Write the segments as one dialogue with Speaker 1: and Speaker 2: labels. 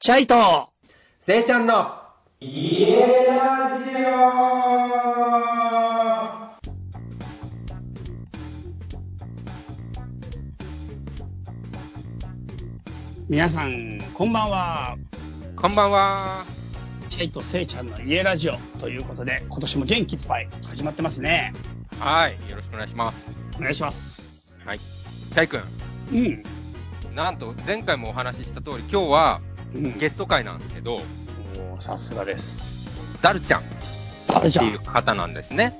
Speaker 1: シャイト
Speaker 2: せいちゃんの家ラジオ
Speaker 1: 皆さん、こんばんは。
Speaker 2: こんばんは。
Speaker 1: シャイとせいちゃんの家ラジオということで、今年も元気いっぱい始まってますね。
Speaker 2: はい、よろしくお願いします。
Speaker 1: お願いします。
Speaker 2: はい。チャイ君、
Speaker 1: うん。
Speaker 2: なんと前回もお話しした通り、今日は
Speaker 1: うん、
Speaker 2: ゲスト会なんですけど、
Speaker 1: おーさすがです。
Speaker 2: ダルちゃんっ
Speaker 1: 誰じ
Speaker 2: て
Speaker 1: ゃん。う
Speaker 2: いう方なんですね。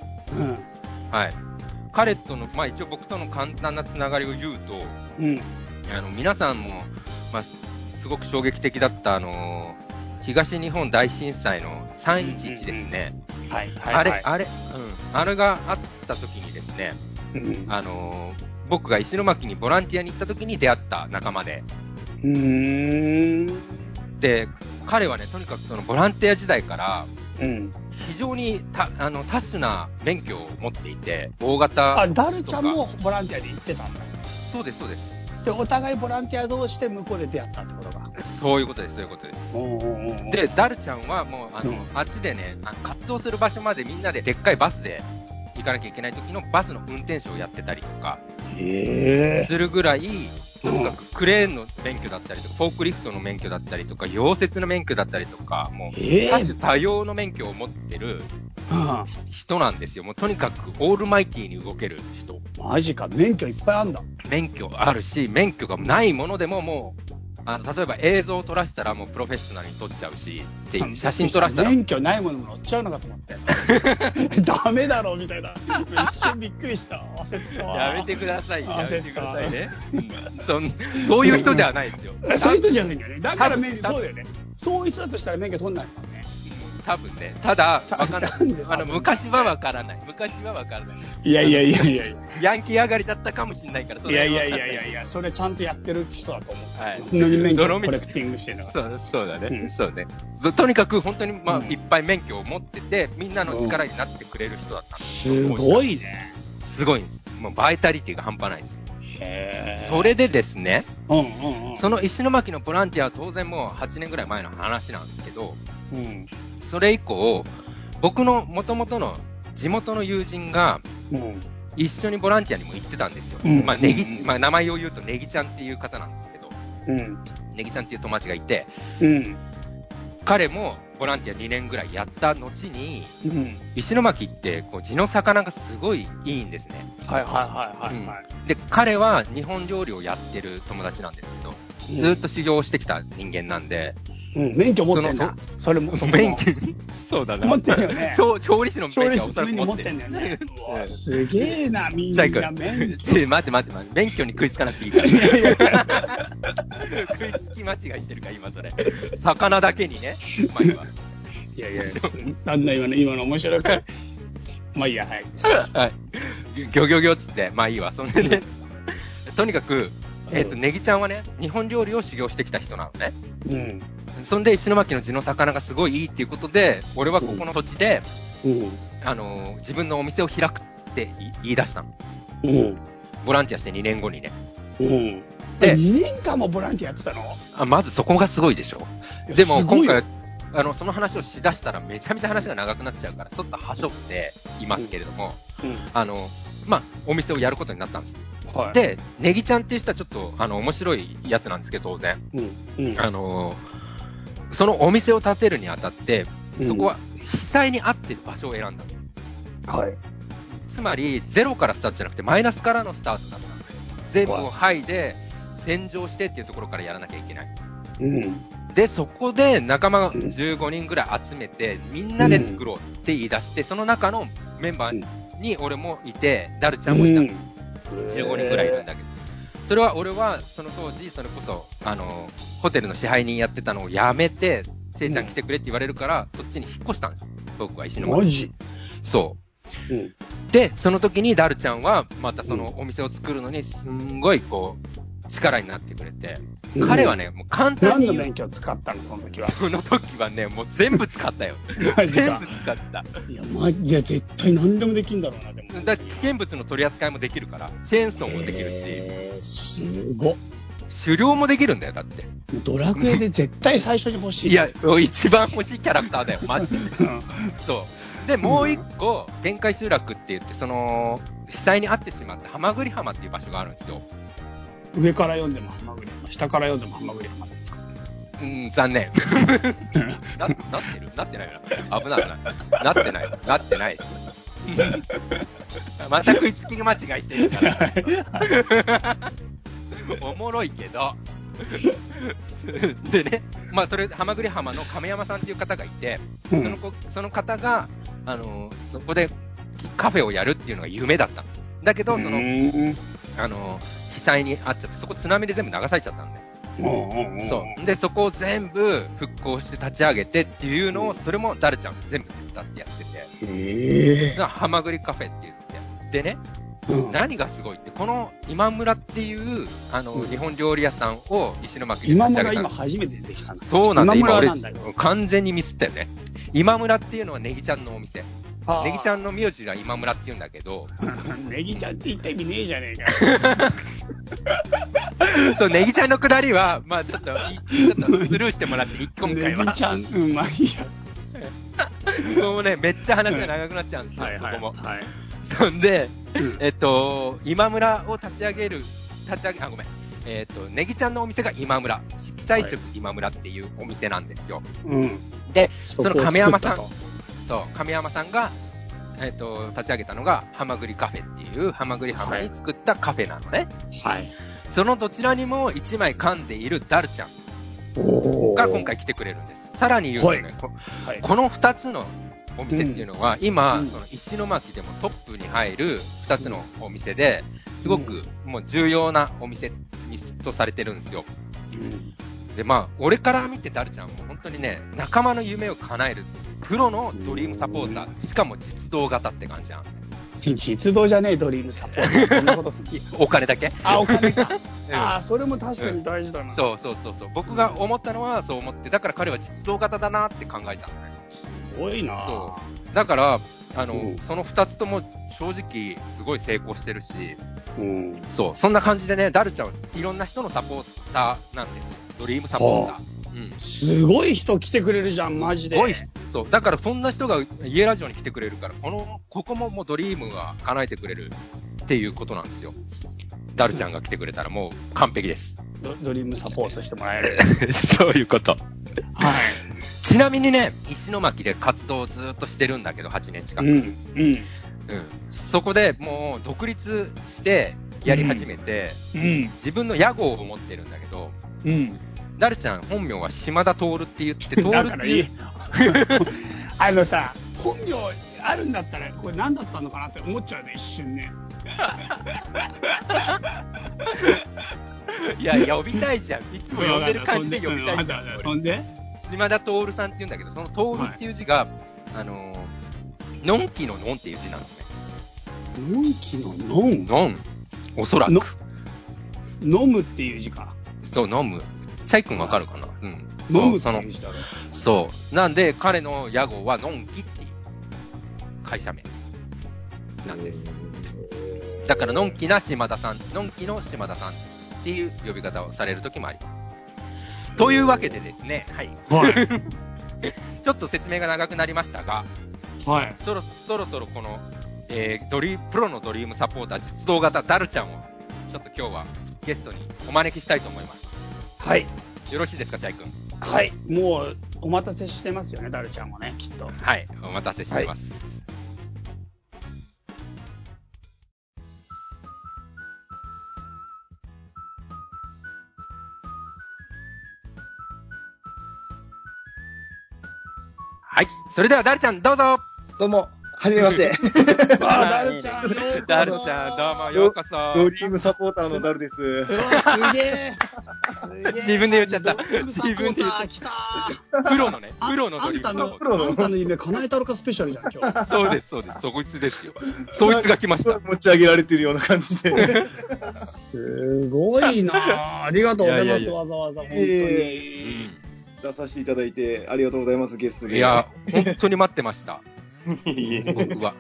Speaker 1: ん。
Speaker 2: はい。彼との、まあ一応僕との簡単なつながりを言うと、
Speaker 1: うん。
Speaker 2: あの皆さんも、まあ、すごく衝撃的だった、あの東日本大震災の311ですね、
Speaker 1: はい、はい、
Speaker 2: あれ、
Speaker 1: はい。
Speaker 2: あれ、うん、あれがあった時にですね、
Speaker 1: うん。
Speaker 2: あの僕が石巻にボランティアに行った時に出会った仲間で、
Speaker 1: うーん。
Speaker 2: で彼はね、とにかくそのボランティア時代から、
Speaker 1: うん。
Speaker 2: 非常にたあの多種な免許を持っていて、大
Speaker 1: あ、
Speaker 2: 型、
Speaker 1: ダルちゃんもボランティアで行ってたんだ。
Speaker 2: そうです、そうです、
Speaker 1: で、お互いボランティア同士で向こうで出会ったってことか。
Speaker 2: そういうことです、そういうことです。
Speaker 1: おーおーおー
Speaker 2: で、、ダルちゃんはもう、あの、
Speaker 1: うん
Speaker 2: あっちでね、あの活動する場所までみんなででっかいバスで行かなきゃいけない時のバスの運転手をやってたりとか、
Speaker 1: ええ
Speaker 2: するぐらい、とにかくクレーンの免許だったりとか、フォークリフトの免許だったりとか、溶接の免許だったりとか、もう、
Speaker 1: ええ
Speaker 2: 多種多様の免許を持ってる人なんですよ。もうとにかくオールマイティーに動ける人。
Speaker 1: うん、マジか、免許いっぱいあんだ。
Speaker 2: 免許あるし、免許がないものでももう、あの例えば映像を撮らせたらもうプロフェッショナルに撮っちゃうし、っていう写真撮らせたら
Speaker 1: 免許ないものも乗っちゃうのかと思って。 ダメだろ、みたいな。一瞬びっくりした。焦ったわ
Speaker 2: やめてくださいよ、
Speaker 1: あ
Speaker 2: やめてくださいね。うんそんそういう人ではないですよ。
Speaker 1: えそういう人じゃないんだよね。だから免許、
Speaker 2: 多分
Speaker 1: そうだよね。そういう人だとしたら免許取んないもんね。
Speaker 2: 多分ね、ただ、わかんない
Speaker 1: なんで。
Speaker 2: あの、昔はわからない。昔はわからない。
Speaker 1: いやいやいやいやいや。
Speaker 2: ヤンキー上がりだったかもしれないから、そ
Speaker 1: い
Speaker 2: れ
Speaker 1: や
Speaker 2: はいわ
Speaker 1: や
Speaker 2: かん
Speaker 1: い
Speaker 2: ない
Speaker 1: やいやいや、それちゃんとやってる人だと思って。
Speaker 2: はい
Speaker 1: そんなに免許
Speaker 2: どの
Speaker 1: コ
Speaker 2: 道
Speaker 1: レクティングしてるんだか
Speaker 2: そうそうだね、
Speaker 1: うん
Speaker 2: そうねそとにかく本当に、まあ
Speaker 1: うん
Speaker 2: いっぱい免許を持ってて、みんなの力になってくれる人だったんで
Speaker 1: ら。
Speaker 2: す
Speaker 1: すごいね。
Speaker 2: すごいんです、もうバイタリティが半端ないです、
Speaker 1: へー
Speaker 2: そ、れでですね、
Speaker 1: うんうんうん。
Speaker 2: その石巻のボランティアは当然もう8年ぐらい前の話なんですけど、
Speaker 1: うん。
Speaker 2: それ以降、僕の元々の地元の友人が
Speaker 1: うん。
Speaker 2: 一緒にボランティアにも行ってたんですよ。
Speaker 1: うん
Speaker 2: まあ、ネギ
Speaker 1: うん
Speaker 2: まあ、名前を言うとネギちゃんっていう方なんですけど、
Speaker 1: うん。
Speaker 2: ネギちゃんっていう友達がいて、
Speaker 1: うん。
Speaker 2: 彼もボランティア2年ぐらいやった後に、
Speaker 1: うん。
Speaker 2: 石巻ってこう地の魚がすごいいいんですね。
Speaker 1: はいはいはいはいはい。
Speaker 2: で、彼は日本料理をやってる友達なんですけど、ずっと修行してきた人間なんで、
Speaker 1: うん、免許持ってんだ
Speaker 2: その。
Speaker 1: それも、そこも
Speaker 2: 免許、 そうだな。
Speaker 1: 持ってるよね
Speaker 2: 調調理師の
Speaker 1: 調
Speaker 2: 免
Speaker 1: 理
Speaker 2: 許は
Speaker 1: 室
Speaker 2: おそらく
Speaker 1: に
Speaker 2: 持
Speaker 1: 持
Speaker 2: っ
Speaker 1: ってて
Speaker 2: る
Speaker 1: ん。だよね。う
Speaker 2: う
Speaker 1: わ
Speaker 2: ん
Speaker 1: すげえな、みん
Speaker 2: チ
Speaker 1: な
Speaker 2: ャイ君
Speaker 1: 免許。
Speaker 2: ちょ待って待って待って、免許に食いつかなくていいから。
Speaker 1: いやいやいや
Speaker 2: 食いつき間違いしてるから、今それ。魚だけにね。まあいいわ
Speaker 1: いやいや、なんだ今の、今の面白く。 まあいいや、はい。
Speaker 2: はい。ギョギョギョっつって、まあいいわ。そんでね。とにかく、えっ、と、ネギちゃんはね、日本料理を修行してきた人なのね。
Speaker 1: うん。
Speaker 2: そんで、石巻の地の魚がすごいいいっていうことで、俺はここの土地で、
Speaker 1: うん。
Speaker 2: あのー自分のお店を開くって言い言い出したの。
Speaker 1: うん。
Speaker 2: ボランティアして2年後にね。
Speaker 1: うん。
Speaker 2: で
Speaker 1: 2年間もボランティアやってたの
Speaker 2: あまずそこがすごいでしょ。
Speaker 1: いや
Speaker 2: でも
Speaker 1: すご
Speaker 2: 今
Speaker 1: いよ
Speaker 2: 回、あの、その話をしだしたらめちゃめちゃ話が長くなっちゃうから、ちょっと端折っていますけれども、
Speaker 1: うん
Speaker 2: あの、まあ、お店をやることになったんです。
Speaker 1: はい。
Speaker 2: で、ネギちゃんっていう人はちょっと、あの、面白いやつなんですけど、当然。
Speaker 1: うん、うん。
Speaker 2: あの、そのお店を建てるにあたって、そこは被災に合ってる場所を選んだの。
Speaker 1: はい。
Speaker 2: つまり、ゼロからスタートじゃなくて、マイナスからのスタートだったんで、全部を剥いで、洗浄してっていうところからやらなきゃいけない。
Speaker 1: うん。
Speaker 2: で、そこで仲間が
Speaker 1: うん
Speaker 2: 15人ぐらい集めて、みんなで作ろうって言い出して、その中のメンバーに俺もいて、ダルちゃんもいた、15人ぐらいいるん
Speaker 1: だ。
Speaker 2: だけど、それは俺はその当時、それこそあのホテルの支配人やってたのをやめて、せいちゃん来てくれって言われるから、そっちに引っ越したんです、僕は石
Speaker 1: マ
Speaker 2: 巻。
Speaker 1: ジ
Speaker 2: そう
Speaker 1: うん。
Speaker 2: で、その時にダルちゃんは、またそのお店を作るのに、すんごいこう、力になってくれて、
Speaker 1: うん
Speaker 2: 彼はね、もう簡単
Speaker 1: 何
Speaker 2: に
Speaker 1: の
Speaker 2: 言う
Speaker 1: 免許使ったの、その時は。
Speaker 2: その時はね、もう全部使ったよ。
Speaker 1: マジ
Speaker 2: 全
Speaker 1: か
Speaker 2: 部。使った。
Speaker 1: いや、マジで絶対何でもできんだろうな、でも。
Speaker 2: だから危険物の取り扱いもできるから、チェーンソーもできるし、
Speaker 1: えーすごっ。
Speaker 2: 狩猟もできるんだよ、だって。
Speaker 1: ドラクエで絶対最初に欲しい。
Speaker 2: いや、一番欲しいキャラクターだよ、マジで。
Speaker 1: うん、
Speaker 2: そう。で、もう一個、限界集落って言って、その、被災に遭ってしまった、ハマグリ浜っていう場所があるんですよ。
Speaker 1: 上から読んでもハマグリ浜、下から読んでもハマグリ浜ですか。
Speaker 2: うん、残念。な、な ってるなってないよな。危ない危ない。なってない。なってない。また食いつき間違いしてるから。おもろいけど。でね、まあ、それ、浜栗浜の亀山さんっていう方がいて、その子その方が、あの、そこでカフェをやるっていうのが夢だったの。だけど、その、
Speaker 1: ん
Speaker 2: あの、被災に遭っちゃって、そこ津波で全部流されちゃったんで。
Speaker 1: うんうんうん
Speaker 2: そう。で、そこを全部復興して立ち上げてっていうのを、それもダルちゃん全部手伝ってやってて、
Speaker 1: へえ
Speaker 2: なハマグリカフェって言って。でね、
Speaker 1: うん
Speaker 2: 何がすごいって、この今村っていう、あの、
Speaker 1: うん
Speaker 2: 日本料理屋さんを石巻に
Speaker 1: 今
Speaker 2: 立ち
Speaker 1: 村
Speaker 2: 上げた
Speaker 1: 今
Speaker 2: の。
Speaker 1: 初めてできたな。
Speaker 2: そうなんだ、
Speaker 1: 今
Speaker 2: 今
Speaker 1: 村
Speaker 2: 俺
Speaker 1: なんだよ。、
Speaker 2: 完全にミスったよね。今村っていうのはネギちゃんのお店。ネギちゃんの名字が今村っていうんだけど、
Speaker 1: ん。ネギちゃんって言った意味ねえじゃねえか
Speaker 2: そう、ネギちゃんのくだりは、まあちょっと、いちょっとスルーしてもらって、い 今回
Speaker 1: よ。ネギ
Speaker 2: は。
Speaker 1: ちゃん、うん、まあいいや。
Speaker 2: もうね、めっちゃ話が長くなっちゃうんですよ、そこも。
Speaker 1: はい。
Speaker 2: そんで、
Speaker 1: うん
Speaker 2: えっと、今村を立ち上げる、立ち上げ、あ、ごめん。えっと、ネギちゃんのお店が今村、色彩色今村っていうお店なんですよ。
Speaker 1: うん。
Speaker 2: で、
Speaker 1: そ
Speaker 2: その亀山さん、そう、亀山さんが、えっと、立ち上げたのが、ハマグリカフェっていう、ハマグリ浜に作ったカフェなのね。
Speaker 1: はい。
Speaker 2: そのどちらにも一枚噛んでいるダルちゃん
Speaker 1: お
Speaker 2: が今。回来てくれるんです。さらに言うとね、
Speaker 1: はい
Speaker 2: こ
Speaker 1: はい。
Speaker 2: この2つのお店っていうのは、今、
Speaker 1: うん
Speaker 2: その石巻でもトップに入る2つのお店で、すごくもう重要なお店にとされてるんですよ。
Speaker 1: うん
Speaker 2: で、まあ、俺から見てダルちゃんも本当にね、仲間の夢を叶える、プロのドリームサポーター、しかも実動型って感じなん
Speaker 1: 実動じゃねえドリームサポート。そんなことすんの
Speaker 2: お金だけ、
Speaker 1: あ、お金か。
Speaker 2: うん
Speaker 1: あー、それも確かに大事だな。
Speaker 2: そうそうそうそう。僕が思ったのはそう思って、だから彼は実動型だなって考えたのね。
Speaker 1: すごいな。
Speaker 2: そだから、あの、
Speaker 1: うん
Speaker 2: その2つとも正直すごい成功してるし、
Speaker 1: うん。
Speaker 2: そう、そんな感じでね、ダルちゃんはいろんな人のサポーターなんですよ。ドリームサポータ
Speaker 1: は
Speaker 2: ー。うん。
Speaker 1: すごい人来てくれるじゃん、マジ
Speaker 2: す
Speaker 1: で。
Speaker 2: ごい人そう。だからそんな人が家ラジオに来てくれるから、この、ここももうドリームが叶えてくれるっていうことなんですよ。ダルちゃんが来てくれたらもう完 璧です。
Speaker 1: ドドリームサポートしてもらえる。
Speaker 2: そういうこと。
Speaker 1: はい。
Speaker 2: ちなみにね、石巻で活動をずっとしてるんだけど、8年近く。
Speaker 1: うん。うん。
Speaker 2: うんそこでもう独立してやり始めて、
Speaker 1: うん。
Speaker 2: 自分の屋号を持ってるんだけど、
Speaker 1: うん。
Speaker 2: ダルちゃん本名は島田徹って言 って、徹
Speaker 1: だ
Speaker 2: っ
Speaker 1: から
Speaker 2: て
Speaker 1: い
Speaker 2: い。
Speaker 1: いうあのさ、本名あるんだったら、これ何だったのかなって思っちゃうね、一瞬ね。
Speaker 2: いや、呼びたいじゃん。いつも呼んでる感じで呼びたいじゃん。
Speaker 1: そ
Speaker 2: 俺
Speaker 1: んで
Speaker 2: 島田徹さんって言うんだけど、その徹っていう字が、あのー、のんきののんっていう字なのね。
Speaker 1: のんきののん
Speaker 2: のん。おそらく
Speaker 1: の。飲むっていう字か。
Speaker 2: そう、飲む。チャイ君わかるかなうん。
Speaker 1: 飲むって
Speaker 2: そうその
Speaker 1: いう字だろ。
Speaker 2: そう。なんで、彼の屋号は、のんきっていう会社名なんです。だから、のんきな島田さん、のんきの島田さんっていう呼び方をされる時もあります。というわけでですね、はい。
Speaker 1: はい。
Speaker 2: ちょっと説明が長くなりましたが、
Speaker 1: はい。
Speaker 2: そろそろそろこの、えードリープロのドリームサポーター実動型ダルちゃんを、ちょっと今日はゲストにお招きしたいと思います。
Speaker 1: はい。
Speaker 2: よろしいですか、チャイ君。
Speaker 1: はい。もう、お待たせしてますよね、ダルちゃんもね、きっ と。
Speaker 2: はい、お待たせしています。はい、それではダルちゃんどうぞ。
Speaker 3: どうも、はじめまして。
Speaker 1: ああ、ダルちゃん、ようこそ
Speaker 2: ダルちゃんどうもようこ
Speaker 3: ド
Speaker 2: そ。
Speaker 3: リームサポーターのダルです
Speaker 1: う。わ、すげえ。すげえ
Speaker 2: 自分で言っちゃった
Speaker 1: 自分で言っちゃった。来たー
Speaker 2: プロのね、
Speaker 1: あ
Speaker 2: プロのド
Speaker 1: あ
Speaker 2: リ
Speaker 1: んた
Speaker 2: ームサポ
Speaker 1: の
Speaker 2: ー、
Speaker 3: ロの
Speaker 1: あんたの夢叶えたろかスペシャルじゃん、今 日。
Speaker 2: ターそうです、そうです、そこいつですよ。そいつが来ました。
Speaker 3: 持ち上げられてるような感じで。
Speaker 1: すごいなあありがとうございます、
Speaker 3: いやいやいや
Speaker 1: わざわざ、本当に。
Speaker 2: う
Speaker 3: え
Speaker 2: ん
Speaker 3: ー出させていただいて、ありがとうございます、ゲストで。
Speaker 2: いや、本当に待ってました、
Speaker 3: いえいえ、
Speaker 2: 僕は。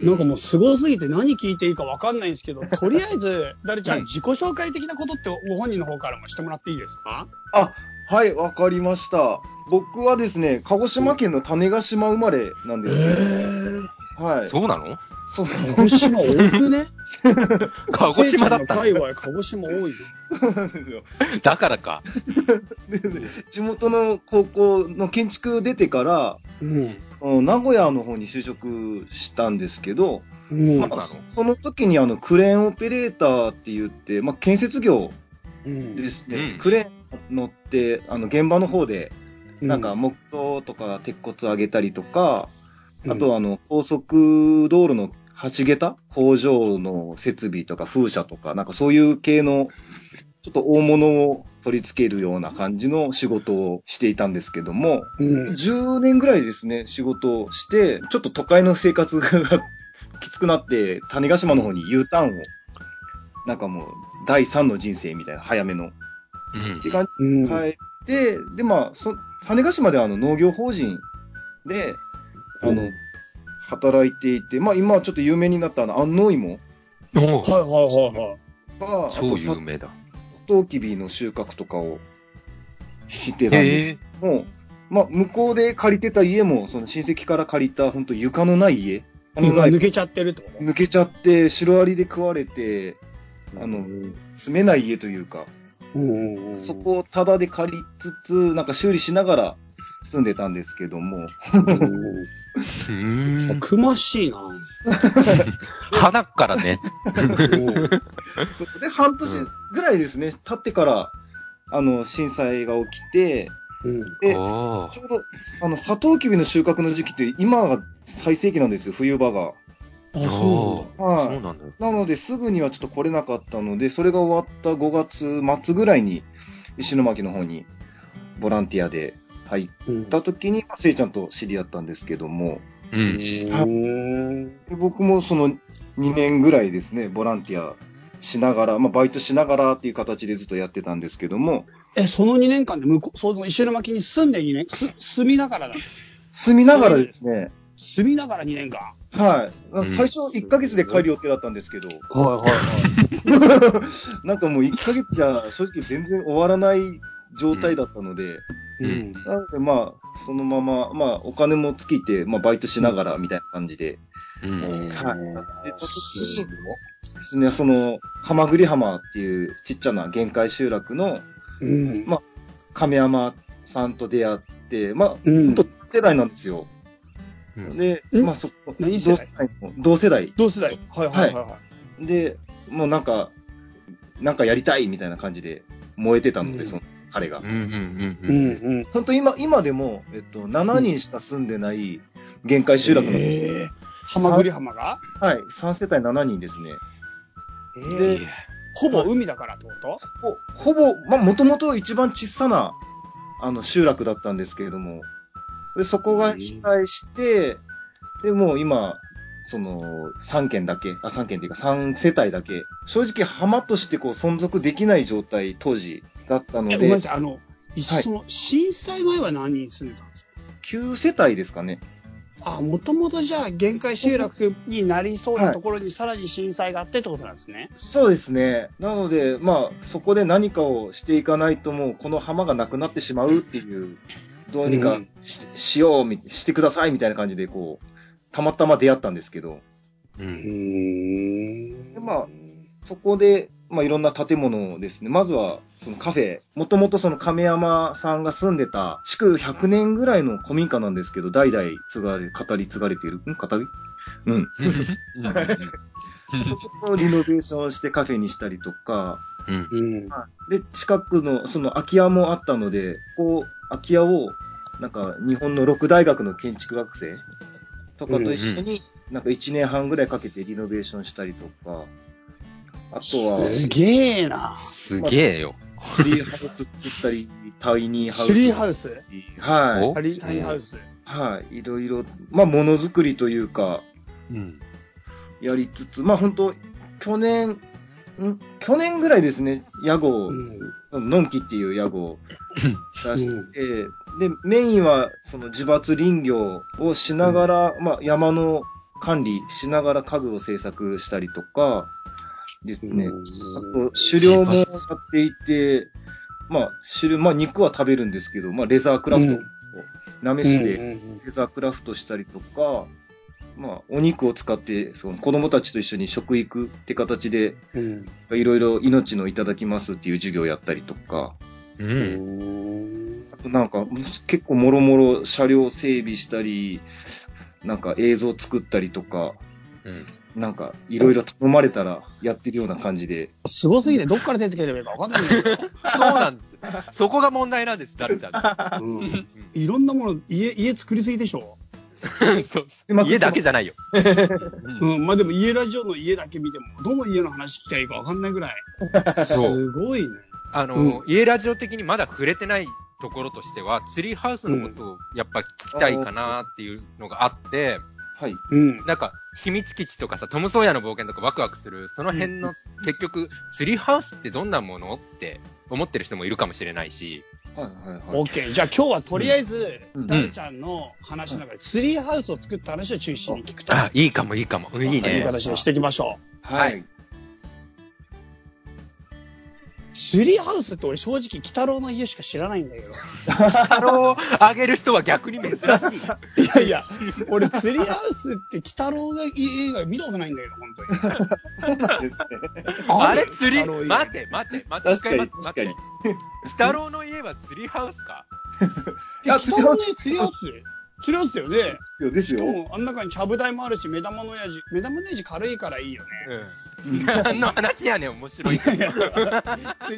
Speaker 1: なんかもうすごすぎて何聞いていいかわかんないんですけど、とりあえず、ダルちゃ
Speaker 2: うん
Speaker 1: ん、自己紹介的なことってご本人の方からもしてもらっていいですか
Speaker 3: あ、はい、わかりました。僕はですね、鹿児島県の種子島生まれなんですね。はい。
Speaker 2: そうなの
Speaker 3: そうな
Speaker 1: 鹿児島多くね
Speaker 2: 鹿児島だったの
Speaker 1: せいちゃんの界隈、鹿児島多いね。
Speaker 3: んですよ。
Speaker 2: だからか。
Speaker 3: で地元の高校の建築出てから、
Speaker 1: うん。
Speaker 3: うん名古屋の方に就職したんですけど、
Speaker 1: うん
Speaker 2: そうなの
Speaker 3: その時にあのクレーンオペレーターって言って、まあ、建設業
Speaker 1: うん
Speaker 3: ですね、
Speaker 2: うん
Speaker 3: クレーン乗って、あの現場の方で、なんか木刀とか鉄骨上げたりとか、あとはあの高速道路の橋桁、工場の設備とか風車とか、なんかそういう系の、ちょっと大物を取り付けるような感じの仕事をしていたんですけども、
Speaker 1: うん、
Speaker 3: 10年ぐらいですね、仕事をして、ちょっと都会の生活が きつくなって、種子島の方に U ターンを、なんかもう、第3の人生みたいな、早めの。っ
Speaker 2: うん
Speaker 3: て。感
Speaker 1: うん
Speaker 3: じで、帰って、で、まあ、そ種子島ではあの農業法人で、あ
Speaker 1: うん
Speaker 3: の、働いていて、まあ、今はちょっと有名になったあの、安納芋
Speaker 2: おう
Speaker 1: はいはいはいはい。
Speaker 3: が、あ
Speaker 2: 超
Speaker 3: と、サ
Speaker 2: 有名だ。
Speaker 3: トウキビの収穫とかをしてたんですけども、まあ、向こうで借りてた家も、その親戚から借りた、本当床のない家。あの
Speaker 1: 今
Speaker 3: ない
Speaker 1: 抜けちゃってるってこと
Speaker 3: 抜けちゃって、シロアリで食われて、あの
Speaker 1: うん
Speaker 3: 住めない家というか、
Speaker 1: うんうんうん
Speaker 3: そこをタダで借りつつ、なんか修理しながら住んでたんですけども、
Speaker 1: うん
Speaker 2: うーん
Speaker 1: たくましいな。
Speaker 2: 鼻からね。
Speaker 1: うん
Speaker 3: そこで半年ぐらいですね、経ってから、あの、震災が起きて、
Speaker 1: うん
Speaker 3: で、ちょ
Speaker 2: おー
Speaker 3: うど、あの、サトウキビの収穫の時期って、今が最盛期なんですよ、冬場が。
Speaker 1: あ、そ
Speaker 3: はい、
Speaker 2: そうなんだ。
Speaker 3: なので、すぐにはちょっと来れなかったので、それが終わった5月末ぐらいに、石巻の方にボランティアで入っ
Speaker 1: うなん
Speaker 3: 行っ
Speaker 1: だ。
Speaker 3: た時に、まあせいちゃんと知り合ったんですけども、
Speaker 2: うん。
Speaker 1: うん
Speaker 3: で僕もその2年ぐらいですね、ボランティアしながら、まあ、バイトしながらっていう形でずっとやってたんですけども、
Speaker 1: え、その2年間で向こう、その石巻に住んで2年、す住みながらだ。
Speaker 3: 住みながらですね、
Speaker 1: 住みながら2年間。
Speaker 3: はい、
Speaker 2: ん
Speaker 3: 最初1ヶ月で帰る予定だったん ですけど、
Speaker 1: はいはいは
Speaker 3: なんかもう1ヶ月じゃ正直全然終わらない状態だったので、
Speaker 1: い。うん。
Speaker 3: なのでまあ、そのまま、まあ、お金も尽きて、まあ、バイトしながらみたいな感じで、
Speaker 2: うん。
Speaker 3: はいやってた時にですね、その、ハマグリ浜っていうちっちゃな限界集落の、
Speaker 1: うん。
Speaker 3: ま亀山さんと出会って、まあ、
Speaker 1: うん
Speaker 3: 本当世代なんですよ。
Speaker 2: うん
Speaker 3: で、
Speaker 1: え
Speaker 3: まあそこ、
Speaker 1: 何世代
Speaker 3: 同世代の同世代。
Speaker 1: 同世代。はいはいはい。は
Speaker 3: で、もうなんか、なんかやりたいみたいな感じで燃えてたので、
Speaker 1: うん
Speaker 3: その彼が
Speaker 2: うん。うん
Speaker 1: い。
Speaker 2: うんうん。
Speaker 1: うん。
Speaker 3: 本当今、今でも、えっと、7人しか住んでない限界集落の、
Speaker 1: えーハマグリ浜が
Speaker 3: はい、3世帯7人ですね。
Speaker 1: え
Speaker 3: で
Speaker 1: ーほぼ海だからってこと
Speaker 3: ほほぼ、まあ、もともと一番小さな、あの、集落だったんですけれども、で、そこが被災して、で、もう今、その、3軒だけ、あ、3軒っていうか3世帯だけ、正直浜としてこう存続できない状態、当時だったの
Speaker 1: え、ごめんな
Speaker 3: で、
Speaker 1: さい。あの、い
Speaker 3: はい
Speaker 1: その震災前は何人住んでたんですか
Speaker 3: 9世帯ですかね。
Speaker 1: あ、もともとじゃあ限界集落になりそうなところにさらに震災があってってことなんですね。
Speaker 3: そうですね。なので、まあ、そこで何かをしていかないともう、この浜がなくなってしまうっていう、どうにかし,、しようみ、してくださいみたいな感じで、こう、たまたま出会ったんですけど、
Speaker 2: うん
Speaker 1: ん
Speaker 3: でまあそこで、まあ、いろんな建物をですね、まずはそのカフェ、もともとその亀山さんが住んでた、築100年ぐらいの古民家なんですけど、代々継がれ、語り継がれている、ん語り うん。そこをリノベーションしてカフェにしたりとか、
Speaker 2: うん。
Speaker 1: うん。
Speaker 3: で、近くの、その空き家もあったので、こう、空き家を、なんか、日本の六大学の建築学生とかと一緒に、なんか1年半ぐらいかけてリノベーションしたりとか、あとは、
Speaker 1: すげえな。
Speaker 2: すげえよ。
Speaker 3: ツリーハウス作ったり、タイニーハウス。
Speaker 1: スリーハウス
Speaker 3: はい。
Speaker 2: お
Speaker 1: ハリーハリーハウス。
Speaker 3: はい。いろいろ、まあ、ものづくりというか、
Speaker 2: うん。
Speaker 3: やりつつ、まあ、本当去年、ん去年ぐらいですね、屋号をのんきっていう屋号を出して、で、メインはその自伐林業をしながら、まあ山の管理しながら家具を制作したりとかですね。あと、狩猟もやっていて、まあ、狩猟、まあ、肉は食べるんですけど、まあ、レザークラフトをなめして、
Speaker 1: うんうん
Speaker 3: レザークラフトしたりとか、まあ、お肉を使って、その子供たちと一緒に食育って形で、
Speaker 1: うん
Speaker 3: いろいろ命のいただきますっていう授業をやったりとか、
Speaker 2: う。
Speaker 1: うんん
Speaker 3: あとなんか結構もろもろ車両整備したり、なんか映像作ったりとか、
Speaker 2: うん。
Speaker 3: なんかいろいろ頼まれたらやってるような感じで、
Speaker 1: すごすぎて、どっから手つければいいか分かんないんだけ
Speaker 2: そうなんです。そこが問題なんです、ダルちゃんの。
Speaker 1: ど、うんいろんなもの、家、家作りすぎでしょ。
Speaker 2: そう
Speaker 3: うまく
Speaker 2: 家だけじゃないよ。うん
Speaker 1: うん、まあでも家ラジオの家だけ見ても、どの家の話聞きゃいいか分かんないぐらい。
Speaker 2: そう。
Speaker 1: すごいね。
Speaker 2: あの、
Speaker 1: う
Speaker 2: 家ラジオ的にまだ触れてないところとしては、ツリーハウスのことをやっぱ聞きたいかなっていうのがあって、
Speaker 3: はい。
Speaker 1: うん。
Speaker 2: なんか、秘密基地とかさ、トム・ソーヤの冒険とかワクワクする、その辺の、結局、ツリーハウスってどんなものって思ってる人もいるかもしれないし、
Speaker 3: はいはいはい。
Speaker 1: OK。じゃあ今日はとりあえず、
Speaker 3: うん
Speaker 1: ダルちゃんの話の中で、ツリーハウスを作った話を中心に聞くと。
Speaker 2: あ、いいかもいいかも。うんいい
Speaker 1: いう
Speaker 2: ね。
Speaker 1: 形にしていきましょう。
Speaker 3: はい。
Speaker 1: ツリーハウスって俺正直、鬼太郎の家しか知らないんだけど。
Speaker 2: 太郎をあげる人は逆に珍し
Speaker 1: い
Speaker 2: い。
Speaker 1: やいや、俺ツリーハウスって鬼太郎が家以外見たことないんだけど、本当に。
Speaker 2: あれ釣り
Speaker 1: 鬼太郎以外
Speaker 2: 待て待て待て。
Speaker 3: 確かに、
Speaker 2: 待って
Speaker 3: 確かに。。
Speaker 2: 北郎の家は釣りハウスか
Speaker 1: え
Speaker 3: あ
Speaker 1: 鬼太郎の家ツリーハウスツリーハウスだよね。
Speaker 3: です
Speaker 1: で
Speaker 3: よ。
Speaker 1: も、あん中にちゃぶ台もあるし、目玉のやじ、目玉のやじ軽いからいい よね。
Speaker 2: うん。何の話やねん、面白い。
Speaker 1: いや釣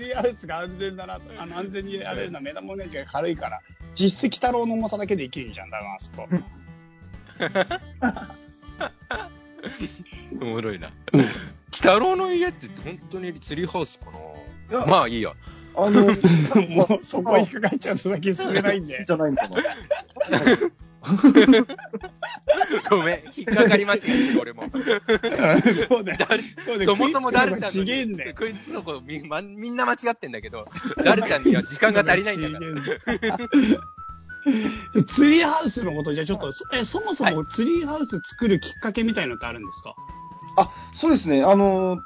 Speaker 1: りハウスが安全だなと、あの安全にやれるのは目玉ネジが軽いから、実質鬼太郎の重さだけで生きるじゃん、だからあ そこ。
Speaker 2: おもろいな。北郎の家って本当に釣りハウスか
Speaker 3: いや
Speaker 2: なまあいいや。
Speaker 3: あ の、じ
Speaker 1: もうそこ引っかかっちゃうと先進めないん で。
Speaker 3: ゃないのかな。
Speaker 2: ごめん、引っかかり間違えて、俺も。
Speaker 1: そうね。そうね。
Speaker 2: そもそもダルちゃん
Speaker 1: ち
Speaker 2: の
Speaker 1: げえ
Speaker 2: 家
Speaker 1: んだよ。
Speaker 2: こいつの子みん、まみんな間違ってんだけど、ダルちゃんには時間が足りないんだから。
Speaker 1: ら。 ツリーハウスのこと、じゃあちょっと、そえ、そもそもツリーハウス作るきっかけみたいのってあるんですか、
Speaker 3: あ、そうですね。あの、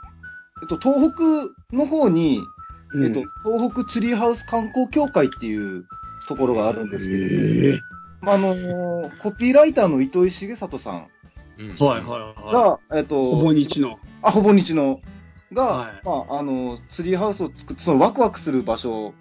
Speaker 3: えっと、東北の方に、えっと、東北ツリーハウス観光協会っていうところがあるんですけど、
Speaker 1: え
Speaker 3: まあ、あの、コピーライターの糸井重里さん
Speaker 2: うん
Speaker 1: えはいはいは
Speaker 3: が、えっと、
Speaker 1: い。ほぼ日の。
Speaker 3: あ、ほぼ日の、が、
Speaker 1: はい
Speaker 3: まあ、あの、ツリーハウスを作って、そのワクワクする場所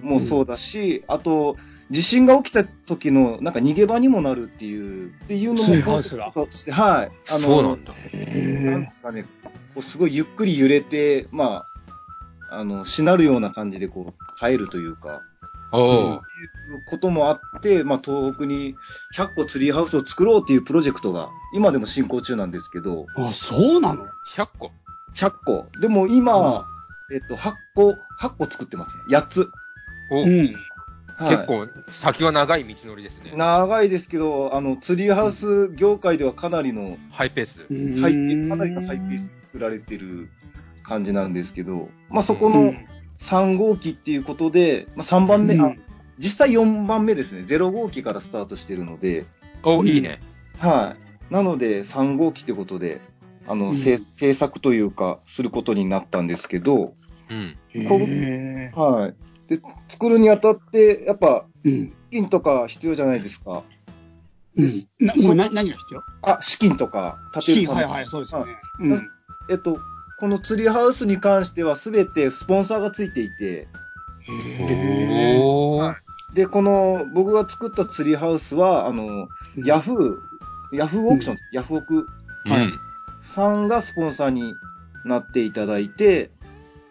Speaker 3: もそうだし、あと、地震が起きた時の、なんか逃げ場にもなるっていう、っていうのも、
Speaker 1: ツリーハウスが
Speaker 3: そうしてはい。あの
Speaker 2: そうなんだ。
Speaker 3: なんですかね、こうすごいゆっくり揺れて、まあ、あの、しなるような感じで、こう、耐えるというか、
Speaker 2: おう
Speaker 3: こともあって、まあ、東北に100個ツリーハウスを作ろうっていうプロジェクトが、今でも進行中なんですけど、
Speaker 1: あ、そうなの
Speaker 2: 100個。
Speaker 3: 100個。でも今、えっと、8個、8個作ってますね。8つ。
Speaker 2: おう
Speaker 1: うん。
Speaker 3: はい
Speaker 2: 結。構、先は長い道のりですね。
Speaker 3: 長いですけど、あの、ツリーハウス業界ではかなりの、
Speaker 2: ハイペース。
Speaker 3: ハイペ
Speaker 1: う
Speaker 3: ー
Speaker 1: ん
Speaker 3: ス、かなりのハイペースで作られてる感じなんですけど、まあ、そこの3号機っていうことで、まあ、3番目、
Speaker 1: うん
Speaker 3: あ実際4番目ですね。0号機からスタートしてるので、
Speaker 2: お、いいね。
Speaker 3: はい。なので、3号機ってことで、あの、
Speaker 1: うん
Speaker 3: せ制作というか、することになったんですけど、
Speaker 2: うん。
Speaker 1: へ
Speaker 3: はい。で、作るにあたって、やっぱ、
Speaker 1: ーうん。
Speaker 3: 資金とか必要じゃないですか。
Speaker 1: うん。な、これな何が必要
Speaker 3: あ、資金とか、
Speaker 1: 資金、
Speaker 3: ため
Speaker 1: はい
Speaker 3: に
Speaker 1: はい、そうですよね。
Speaker 3: い
Speaker 1: うん。
Speaker 3: えっと、このツリーハウスに関しては、すべてスポンサーがついていて、
Speaker 1: へー
Speaker 2: おー。
Speaker 3: で、この、僕が作ったツリーハウスは、あの、ヤフー、ヤフーオークション、ヤフオク
Speaker 2: うん。
Speaker 3: さんがスポンサーになっていただいて、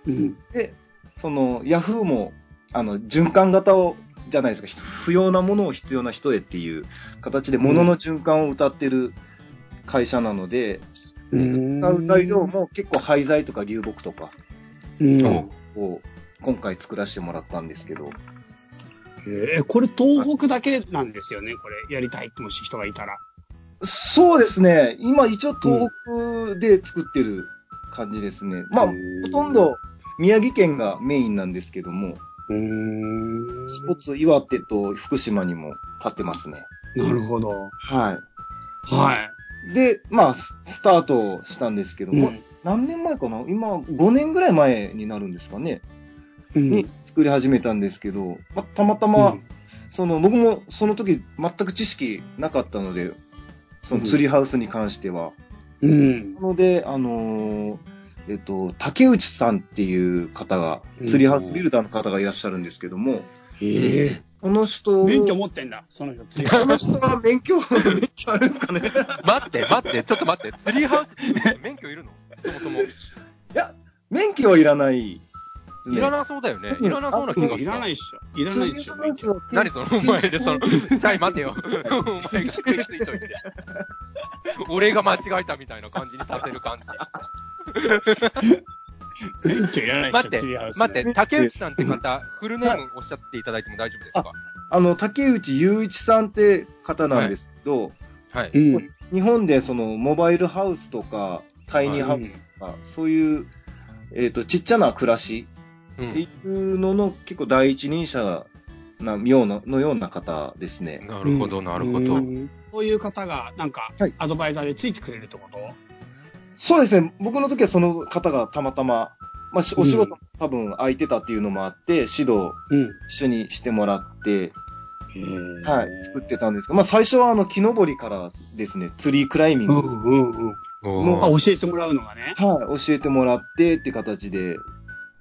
Speaker 1: うん。
Speaker 3: で、その、ヤフーも、あの、循環型を、じゃないですか、ひ不要なものを必要な人へっていう形で、物の循環を歌ってる会社なので、
Speaker 1: うん
Speaker 3: 使う材料も結構廃材とか流木とか
Speaker 1: うん。
Speaker 2: お
Speaker 3: を今回作らせてもらったんですけど、
Speaker 1: えーこれ東北だけなんですよね、これ。やりたいってもし人がいたら。
Speaker 3: そうですね、今一応東北で作ってる感じですね。まあ、
Speaker 1: う
Speaker 3: ほ
Speaker 1: ん
Speaker 3: とんど宮城県がメインなんですけども、
Speaker 1: うん。
Speaker 3: 一つ岩手と福島にも立ってますね。
Speaker 1: なるほど。
Speaker 3: はい。
Speaker 1: はい。
Speaker 3: で、まあ、ススタートしたんですけども、何年前かな今、5年ぐらい前になるんですかね、に作り始めたんですけど、まあ、たまたま、その、僕もその時全く知識なかったので、そのツリーハウスに関しては。
Speaker 1: うん
Speaker 3: なので、あのーえっと、竹内さんっていう方が
Speaker 1: う、ん
Speaker 3: ツリーハウスビルダーの方がいらっしゃるんですけども、
Speaker 1: ええ
Speaker 3: この人、
Speaker 1: 免許持ってんだ、その人。
Speaker 3: この人は免許、免許あるんですかね
Speaker 2: 待って、待って、ちょっと待って、ツリーハウスって免許いるのそもそも。い
Speaker 3: いや、免許はいらないですね。
Speaker 2: らなそうだよね。いらなそうな気がした。
Speaker 1: いらないっしょ。いらないっしょ、免許。
Speaker 2: 何そのお前で その、シャイ待てよ。お前が食いついといて。俺が間違えたみたいな感じにさせる感じ。
Speaker 1: 免許いらないっし
Speaker 2: 待
Speaker 1: ょ、
Speaker 2: って
Speaker 1: ツリーハウ、ス。
Speaker 2: 待って、竹内さんって方、フルネームおっしゃっていただいても大丈夫ですか
Speaker 3: あの、竹内雄一さんって方なんですけど、
Speaker 2: はい。
Speaker 1: うん。
Speaker 3: 日本でそのモバイルハウスとか、タイニーハウスとか、そういう、えっ、と、ちっちゃな暮らし
Speaker 2: う
Speaker 3: って
Speaker 2: ん。
Speaker 3: いうのの結構第一人者な、ような、のような方ですね。
Speaker 2: なるほど、なるほど。
Speaker 1: そういう方が、なんか
Speaker 3: はい、
Speaker 1: アドバイザーでついてくれるってこと
Speaker 3: そうですね、僕の時はその方がたまたま、まあ、しお仕事
Speaker 1: う
Speaker 3: も多分空いてたっていうのもあって、指導
Speaker 1: うん。
Speaker 3: 一緒にしてもらって、
Speaker 1: へ
Speaker 3: はい、作ってたんですが、まあ、最初はあの木登りからですね、ツリークライミン
Speaker 1: う
Speaker 3: グ
Speaker 1: んうんうん。
Speaker 2: お
Speaker 1: あ、
Speaker 2: ー
Speaker 1: 教えてもらうのがね。
Speaker 3: はい、教えてもらってって形で、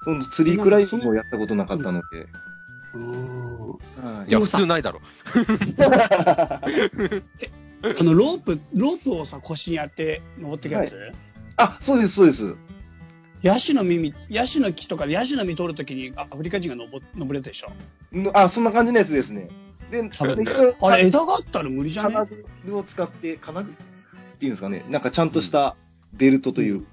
Speaker 3: その釣りクライミングをやったことなかったので。
Speaker 1: うん。
Speaker 3: はい
Speaker 2: いや、普通ないだろ。
Speaker 1: あの、ロープ、ロープをさ、腰にやって登ってくやつ、
Speaker 3: あ、そうです、そうです。
Speaker 1: ヤシの耳、ヤシの木とかでヤシの実取るときにあアフリカ人が登登れたでしょ。
Speaker 3: のあ、そんな感じのやつですね。で、
Speaker 1: 多分ね
Speaker 3: 一応
Speaker 1: あれ、枝があったら無理じゃね
Speaker 3: 金具を使って、金具っていうんですかね、なんかちゃんとしたベルトというか、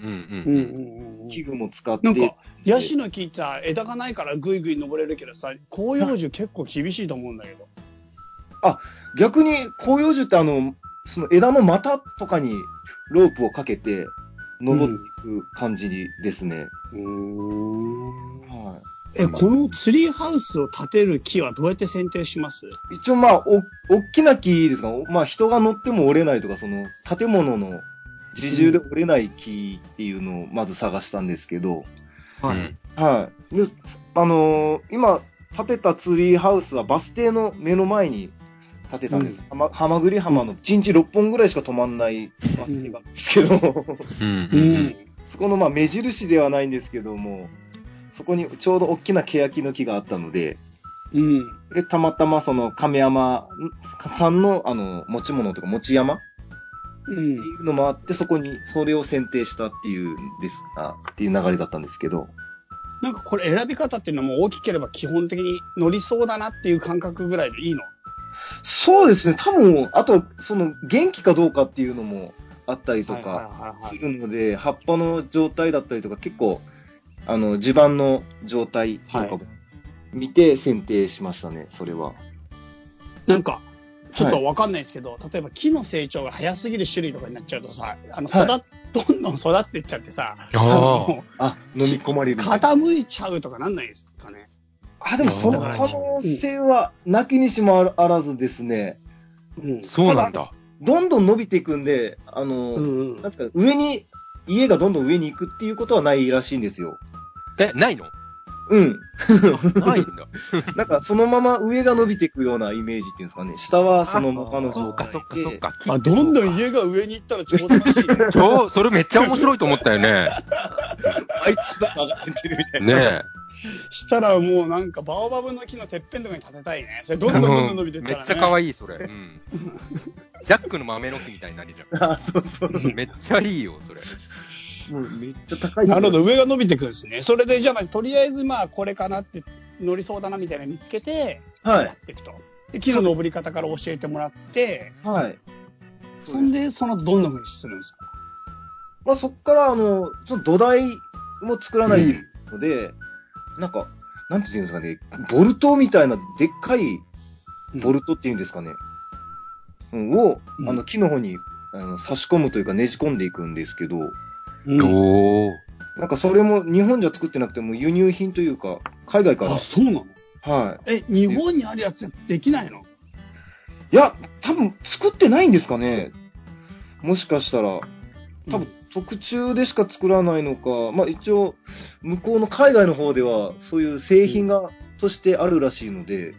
Speaker 2: うんう
Speaker 1: うん
Speaker 2: ん。
Speaker 1: うんうん。
Speaker 3: 器具も使っ
Speaker 1: なん
Speaker 3: て
Speaker 1: か、、ヤシの木ってさ、枝がないからぐいぐい登れるけどさ、広葉樹結構厳しいと思うんだけど。
Speaker 3: 逆に広葉樹ってあの、その枝の股とかにロープをかけて、登っていく感じですね。はい
Speaker 1: え、このツリーハウスを建てる木はどうやって選定します
Speaker 3: 一応まあ、お、大きな木ですが、おまあ人が乗っても折れないとか、その建物の自重で折れない木っていうのをまず探したんですけど、
Speaker 2: うん
Speaker 3: はい。で、あのー今建てたツリーハウスはバス停の目の前に建てたんです。はま、はまぐり浜の1日6本ぐらいしか止まんないバス停なんですけ ど、
Speaker 2: うん
Speaker 1: う。
Speaker 2: うんん。
Speaker 3: そこのまあ目印ではないんですけども、そこにちょうど大きな欅の木があったので、
Speaker 1: うん。
Speaker 3: で、たまたまその亀山さんのあの持ち物とか持ち山っ
Speaker 1: うん
Speaker 3: ていうのもあって、そこにそれを選定したっていうんですあっていう流れだったんですけど。
Speaker 1: なんかこれ選び方っていうのはもう大きければ基本的に乗りそうだなっていう感覚ぐらいでいいの
Speaker 3: そうですね、多分、あと、その元気かどうかっていうのもあったりと
Speaker 1: はいはい
Speaker 3: か
Speaker 1: はいは
Speaker 3: す
Speaker 1: い
Speaker 3: るので、葉っぱの状態だったりとか、結構、あの、地盤の状態とか
Speaker 1: は
Speaker 3: も見て選定しましたね、それは。
Speaker 1: なんか、ちょっとわかんないですけど、例えば木の成長が早すぎる種類とかになっちゃうとさ、あの育っ、
Speaker 3: は
Speaker 1: どんどん育っていっちゃってさ、
Speaker 2: あ
Speaker 1: も
Speaker 3: あ、飲み込まれ
Speaker 1: う
Speaker 3: る。
Speaker 1: 傾いちゃうとかなんないですかね。
Speaker 3: あ、でもその可能性はなきにしもあらずですね。
Speaker 1: うん
Speaker 2: あ、。そうなんだ。
Speaker 3: どんどん伸びていくんで、あの、
Speaker 1: うんう
Speaker 3: なん
Speaker 1: ん、
Speaker 3: ていうか、上に、家がどんどん上に行くっていうことはないらしいんですよ。
Speaker 2: え、ないの
Speaker 3: うん。
Speaker 2: ないんだ。
Speaker 3: なんか、そのまま上が伸びていくようなイメージっていうんですかね。下はそのままの
Speaker 2: そ
Speaker 3: 状
Speaker 2: っか
Speaker 3: 態
Speaker 2: そっか
Speaker 3: で。
Speaker 2: そっか。
Speaker 1: あどんどん家が上に行ったら調査しい、ね。
Speaker 2: そう、それめっちゃ面白いと思ったよね。
Speaker 3: あいつ下上がってるみたいな。
Speaker 2: ね
Speaker 1: したらもうなんかバオバブの木のてっぺんとかに建てたいね。それ
Speaker 2: え。
Speaker 1: どんどんどんどん伸びて
Speaker 2: う
Speaker 1: っ
Speaker 2: ん
Speaker 1: た
Speaker 2: め
Speaker 1: ら、ね。
Speaker 2: っちゃ可愛い、それ。うん。ジャックの豆の木みたいになりじゃ
Speaker 3: あ、そうそう。
Speaker 2: ん。めっちゃいいよ、それ。
Speaker 3: めっちゃ高い。
Speaker 1: なるほど、上が伸びてくるんですね。それでじゃあ、とりあえずまあこれかなって乗りそうだなみたいなの見つけて、
Speaker 3: ど。は
Speaker 1: や
Speaker 3: い
Speaker 1: っ。ていくと。で木の登り方から教えてもらって、
Speaker 3: はい。
Speaker 1: そんで、その後どんな風にするんですか
Speaker 3: まあ、そっから、あの、その土台も作らないので、なんか、なんていうんですかね、ボルトみたいな、でっかいボルトっていうんですかね、うんを、あ
Speaker 1: う
Speaker 3: の、木の方に、あの差し込むというかねじ込んでいくんですけど、
Speaker 1: うん
Speaker 2: おー。
Speaker 3: なんかそれも日本じゃ作ってなくても輸入品というか、海外か
Speaker 1: あ、そうなの
Speaker 3: ら。は
Speaker 1: え、日本にあるやつできないの
Speaker 3: い。いや、多分作ってないんですかね。もしかしたら、多分特注でしか作らないのか、まあ一応、向こうの海外の方では、そういう製品が、としてあるらしいので、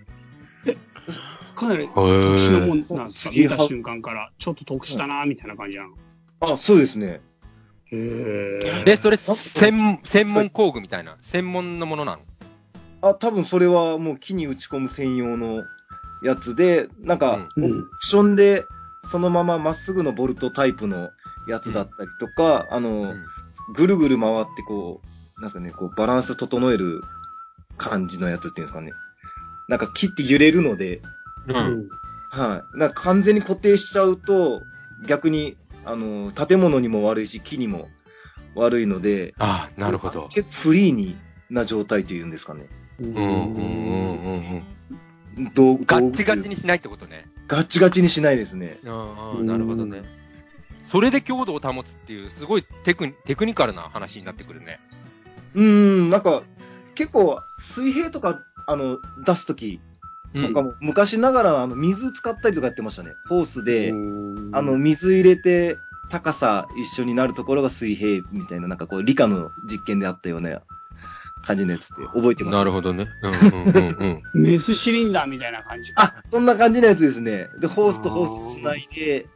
Speaker 1: かなり特殊なも
Speaker 2: ー。
Speaker 1: んなんですか
Speaker 3: へー
Speaker 1: 見た瞬間から、ちょっと特殊だな、みたいな感じなの。
Speaker 3: あ、そうですね。
Speaker 1: へー
Speaker 2: で、それ、専専門工具みたいな、専門のものなの。
Speaker 3: あ、多分それはもう木に打ち込む専用のやつで、なんか、
Speaker 2: うん
Speaker 1: うん
Speaker 3: オプションで、そのまままっすぐのボルトタイプのやつだったりとか、あの、
Speaker 2: うん
Speaker 3: ぐるぐる回ってこう、なんすかね、こうバランス整える感じのやつっていうんですかね。なんか木って揺れるので、
Speaker 2: うん。
Speaker 3: はい。なんか完全に固定しちゃうと、逆に、あの、建物にも悪いし、木にも悪いので、
Speaker 2: ああ、なるほど。
Speaker 3: 結構フリーにな状態というんですかね。
Speaker 1: うん
Speaker 2: うんうんうんうんうん。
Speaker 3: どう
Speaker 2: ガッチガチ。
Speaker 3: 道具とい
Speaker 2: に
Speaker 3: う
Speaker 2: しないってことね。
Speaker 3: ガッチガチにしないですね。
Speaker 2: うん
Speaker 1: う
Speaker 2: うんん、なるほどね。それで強度を保つっていう、すごいテクテクニカルな話になってくるね。
Speaker 3: うーん、なんか、結構、水平とか、あの、出すとき
Speaker 2: う
Speaker 3: とか
Speaker 2: ん。
Speaker 3: も、昔ながら、あの、水使ったりとかやってましたね。ホースで、
Speaker 1: うん
Speaker 3: あの、、水入れて、高さ一緒になるところが水平みたいな、なんかこう、理科の実験であったような感じのやつって覚えてます。
Speaker 2: なるほどね。うんうんうんうん。
Speaker 1: メスシリンダーみたいな感じか。
Speaker 3: あ、そんな感じのやつですね。で、ホースとホースつないで、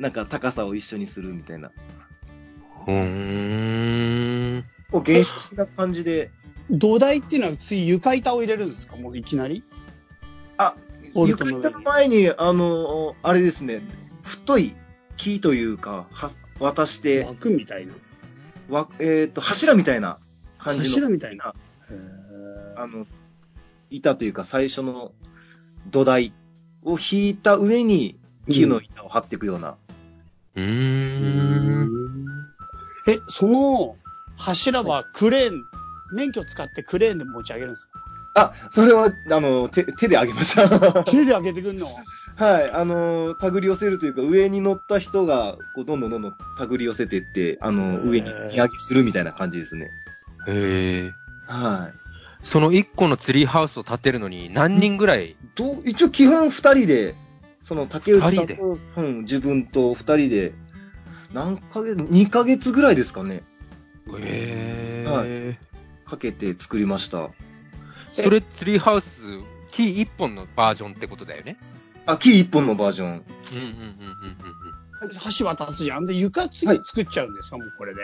Speaker 3: なんか高さを一緒にするみたいな。
Speaker 2: う ーん。
Speaker 3: こう、原始的な感じで、
Speaker 1: 土台っていうのは、次、床板を入れるんですかもういきなり
Speaker 3: あ、
Speaker 1: ボル
Speaker 3: ゆ
Speaker 1: ト
Speaker 3: か
Speaker 1: の上
Speaker 3: り
Speaker 1: に
Speaker 3: たの前に、あの、あれですね、太い木というか、は渡して、
Speaker 1: 枠みたいな。
Speaker 3: わえっ、と、柱みたいな感じ
Speaker 1: 柱
Speaker 3: の、
Speaker 1: みたいな。へ
Speaker 3: あの、板というか、最初の土台を引いた上に、木の板を張っていくような。
Speaker 2: うー
Speaker 1: ー
Speaker 2: ん。
Speaker 1: え、その柱はクレーン、免許使ってクレーンで持ち上げるんですか
Speaker 3: あ、それは、あの、手、手で上げました。
Speaker 1: 手で上げてくんの
Speaker 3: はい、あの、手繰り寄せるというか、上に乗った人が、こう、どんどんどんどん手繰り寄せていって、あの、上に引き上げするみたいな感じですね。
Speaker 2: へえ。
Speaker 3: はい。
Speaker 2: その一個のツリーハウスを建てるのに何人ぐらい
Speaker 3: どう一応基本二人で、その竹内さん
Speaker 2: 二人
Speaker 3: と、うん、自分と二人で、何ヶ月、二ヶ月ぐらいですかね、
Speaker 2: へえ、
Speaker 3: はかけて作りました。
Speaker 2: それツリーハウス、木一本のバージョンってことだよね。
Speaker 3: あ、木一本のバージョン。
Speaker 2: うんうんうん
Speaker 1: 橋渡すじゃん。で、床次
Speaker 3: はい
Speaker 1: 作っちゃうんですか、もうこれで。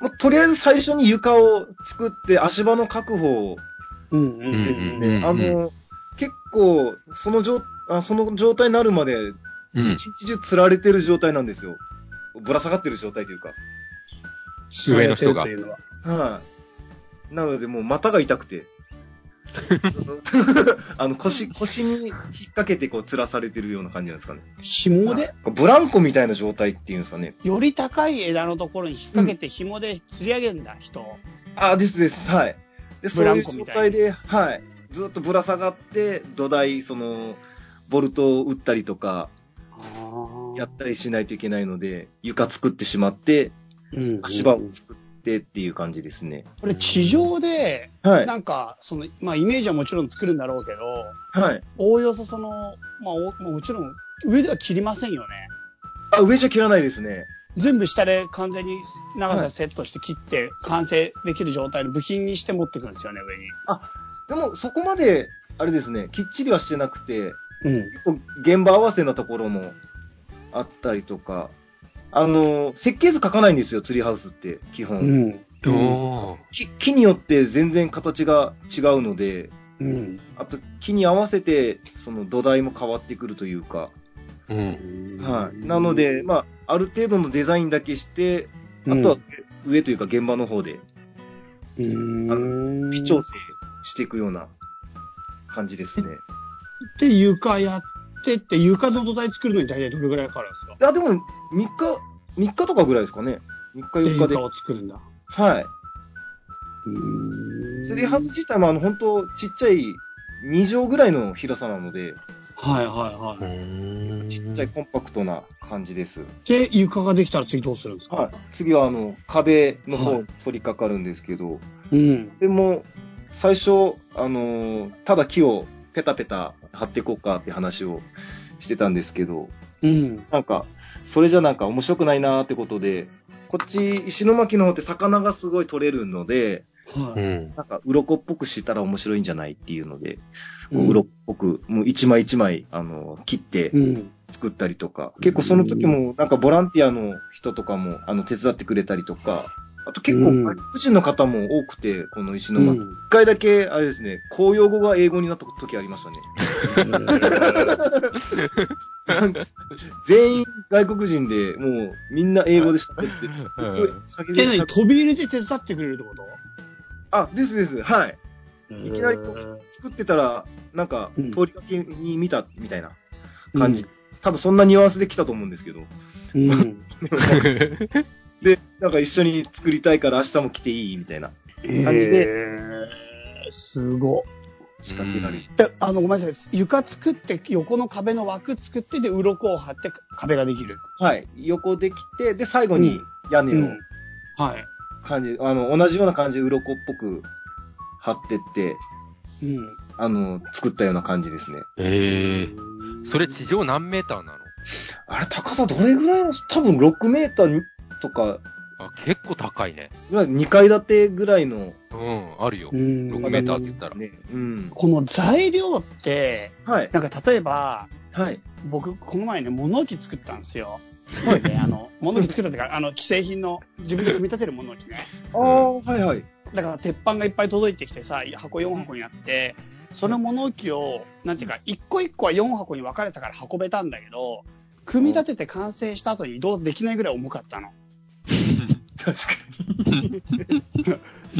Speaker 3: まあ、とりあえず最初に床を作って足場の確保を、
Speaker 1: うんう
Speaker 2: うん
Speaker 3: です
Speaker 2: うんうん
Speaker 3: ね、
Speaker 2: うん
Speaker 3: あの、結構、その状、あその状態になるまで、
Speaker 2: うんうん。
Speaker 3: 一日中釣られてる状態なんですよ。ぶら下がってる状態というか。
Speaker 2: 上の人
Speaker 1: や
Speaker 2: が
Speaker 1: ってるというのは
Speaker 3: はい。なので、もう股が痛くて。 あの腰、腰に引っ掛けてこう、吊らされてるような感じなんですかね。
Speaker 1: 紐で、
Speaker 3: ブランコみたいな状態っていうんですかね。
Speaker 1: より高い枝のところに引っ掛けて紐で釣り上げるんだ、人を。
Speaker 3: あ、ですです。はい。で、
Speaker 1: ブ
Speaker 3: そ
Speaker 1: ラ
Speaker 3: うい
Speaker 1: ン
Speaker 3: う
Speaker 1: コ
Speaker 3: 状
Speaker 1: みたい
Speaker 3: 態
Speaker 1: に
Speaker 3: で、はい。ずっとぶら下がって、土台、その、ボルトを打ったりとか、やったりしないといけないので、床作ってしまって、足場を作ってっていう感じですね。
Speaker 1: これ地上で、
Speaker 3: はい。
Speaker 1: なんか、その、まあ、イメージはもちろん作るんだろうけど、
Speaker 3: はい。
Speaker 1: おおよそその、まあ、おまあもちろん、上では切りませんよね。
Speaker 3: あ、上じゃ切らないですね。
Speaker 1: 全部下で完全に長さセットして切って、完成できる状態の部品にして持ってくるんですよね、上に。
Speaker 3: でも、そこまで、あれですね、きっちりはしてなくて、
Speaker 1: うん。
Speaker 3: 現場合わせのところもあったりとか、あの、設計図書かないんですよ、ツリーハウスって、基本。
Speaker 1: うん。
Speaker 2: おー
Speaker 3: 木木によって全然形が違うので、
Speaker 1: うん。
Speaker 3: あと木に合わせて、その土台も変わってくるというか、
Speaker 2: うん。
Speaker 3: はい。なので、まあ、ある程度のデザインだけして、あとは上というか現場の方で
Speaker 1: うん、
Speaker 3: あ
Speaker 1: うん
Speaker 3: 微調整していくような感じですね。
Speaker 1: で、床やってって、床の土台作るのに大体どれぐらいかかるんですか
Speaker 3: いや、でも、3日、3日とかぐらいですかね。3
Speaker 1: で
Speaker 3: 日、4日で
Speaker 1: 床。を作るんだ。
Speaker 3: はい。
Speaker 1: うん
Speaker 3: 釣りハウス自体も、あの、本当ちっちゃい2畳ぐらいの広さなので、
Speaker 1: はいはいは
Speaker 3: ちっちゃいコンパクトな感じです。
Speaker 1: い。で、床ができたら次どうするんですか
Speaker 3: はい。次は、あの、壁の方
Speaker 1: は
Speaker 3: に取り掛かるんですけど、
Speaker 1: うん。
Speaker 3: でも、最初、あのーただ木をペタペタ貼っていこうかって話をしてたんですけど、
Speaker 1: うん。
Speaker 3: なんか、それじゃなんか面白くないなーってことで、こっち、石巻の方って魚がすごい取れるので、
Speaker 1: は
Speaker 2: ん。
Speaker 3: なんか、鱗っぽくしたら面白いんじゃないっていうので、
Speaker 1: い。
Speaker 3: こう鱗っぽく、もう一枚一枚、あの、切って
Speaker 1: うん。
Speaker 3: 作ったりとか、結構その時も、なんかボランティアの人とかも、あの、手伝ってくれたりとか、あと結構
Speaker 1: うん
Speaker 3: 外国人の方も多くて、この石
Speaker 1: う
Speaker 3: 巻。一、
Speaker 1: ん。
Speaker 3: 回だけ、あれですね、公用語が英語になった時あり ましたね。全員外国人で、もうみんな英語で喋ってて。
Speaker 1: え、何飛び入れて手伝ってくれるってこと
Speaker 3: あ、ですです、はい。いきなり
Speaker 1: へー
Speaker 3: 作ってたら、なんか
Speaker 1: うん、
Speaker 3: 通りかけに見たみたいな感じ。多分そんなニュアンスで来たと思うんですけど。
Speaker 1: うん。うん
Speaker 3: で、なんか一緒に作りたいから明日も来ていいみたいな。 感じ
Speaker 1: へ
Speaker 3: で。
Speaker 1: ーすごっ。
Speaker 3: 仕掛けられる。
Speaker 1: えあの、ごめんなさい。床作って、横の壁の枠作って、で、鱗を張って壁ができる。
Speaker 3: はい。横できて、で、最後に屋根を
Speaker 1: はい。
Speaker 3: 感じ、あの、同じような感じで鱗っぽく貼ってって、
Speaker 1: うん。
Speaker 3: あの、作ったような感じですね。
Speaker 2: ええ。それ地上何メーターなの
Speaker 3: あれ、高さどれぐらいの多分6メーターとか、
Speaker 2: あ、結構高いね。
Speaker 3: ぐらい2階建てぐらいの。
Speaker 2: うん、あるよ
Speaker 1: う。ん
Speaker 2: 6メーターっつったら。
Speaker 3: ね。うん。
Speaker 1: この材料って、
Speaker 3: はい。
Speaker 1: なんか例えば、
Speaker 3: はい。
Speaker 1: 僕、この前ね、物置作ったんですよ。
Speaker 3: はい
Speaker 1: であの、物置作ったっていうか、あの、既製品の、自分で組み立てる物置ね。
Speaker 3: ああ、はいはい。
Speaker 1: だから、鉄板がいっぱい届いてきてさ、箱4箱にあって、その物置を、なんていうか、一個一個は4箱に分かれたから運べたんだけど、組み立てて完成した後に移動できないぐらい重かったの。
Speaker 3: 確か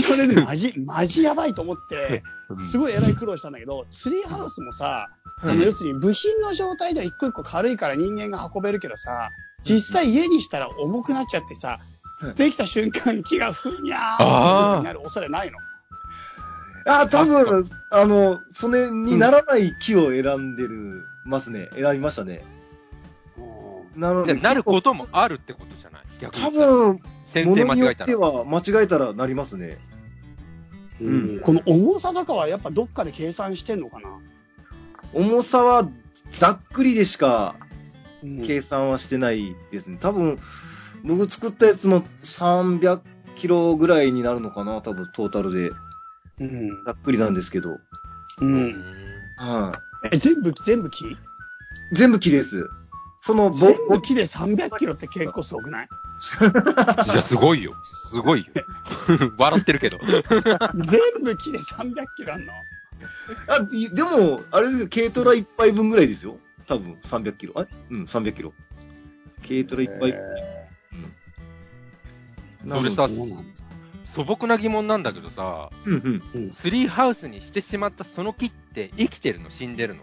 Speaker 1: それでマジ、マジやばいと思って、
Speaker 2: うん
Speaker 1: すごいえらい苦労したんだけど、ツリーハウスもさ、あの要するに部品の状態では一個一個軽いから人間が運べるけどさ、実際家にしたら重くなっちゃってさ
Speaker 3: うん、
Speaker 1: できた瞬間木がふにゃー
Speaker 2: あー
Speaker 1: ってなる恐れないの。
Speaker 3: に。ああ、多分、あの、それにならない木を選んでる、ますね。選びましたね。なるほ
Speaker 2: じゃ
Speaker 3: ど。
Speaker 2: あなることもあるってことじゃない逆に
Speaker 3: 多
Speaker 2: 言ったら。
Speaker 3: 分、
Speaker 2: 選
Speaker 3: も
Speaker 2: 定
Speaker 3: の
Speaker 2: 間
Speaker 3: によ
Speaker 2: 違え
Speaker 3: ったて
Speaker 2: ら。
Speaker 3: は、間違えたらなりますね。
Speaker 1: うんこの重さとかはやっぱどっかで計算してんのかな。
Speaker 3: 重さは、ざっくりでしか
Speaker 1: うん
Speaker 3: 計算はしてないですね。多分、僕作ったやつも300キロぐらいになるのかな、多分トータルで。
Speaker 1: うん
Speaker 3: ざっくりなんですけど。
Speaker 1: う
Speaker 2: うんん
Speaker 3: は
Speaker 1: え全部全部木
Speaker 3: い。全部木です。その、ぼ
Speaker 1: 全部木で300キロって結構すごくない
Speaker 2: じゃあすごいよ。すごいよ。 笑ってるけど。
Speaker 1: 全部木で300キロあんの
Speaker 3: あ、いでも、あれですよ、軽トラ1杯分ぐらいですよ。多分、300キロ。あうん、300キロ。軽トラ1杯分。
Speaker 2: それ
Speaker 1: え
Speaker 2: さ
Speaker 1: ー、そうなんだ
Speaker 2: 素朴な疑問なんだけどさ、
Speaker 3: うんうん。
Speaker 2: ツリーハウスにしてしまったその木って生きてるの死んでるの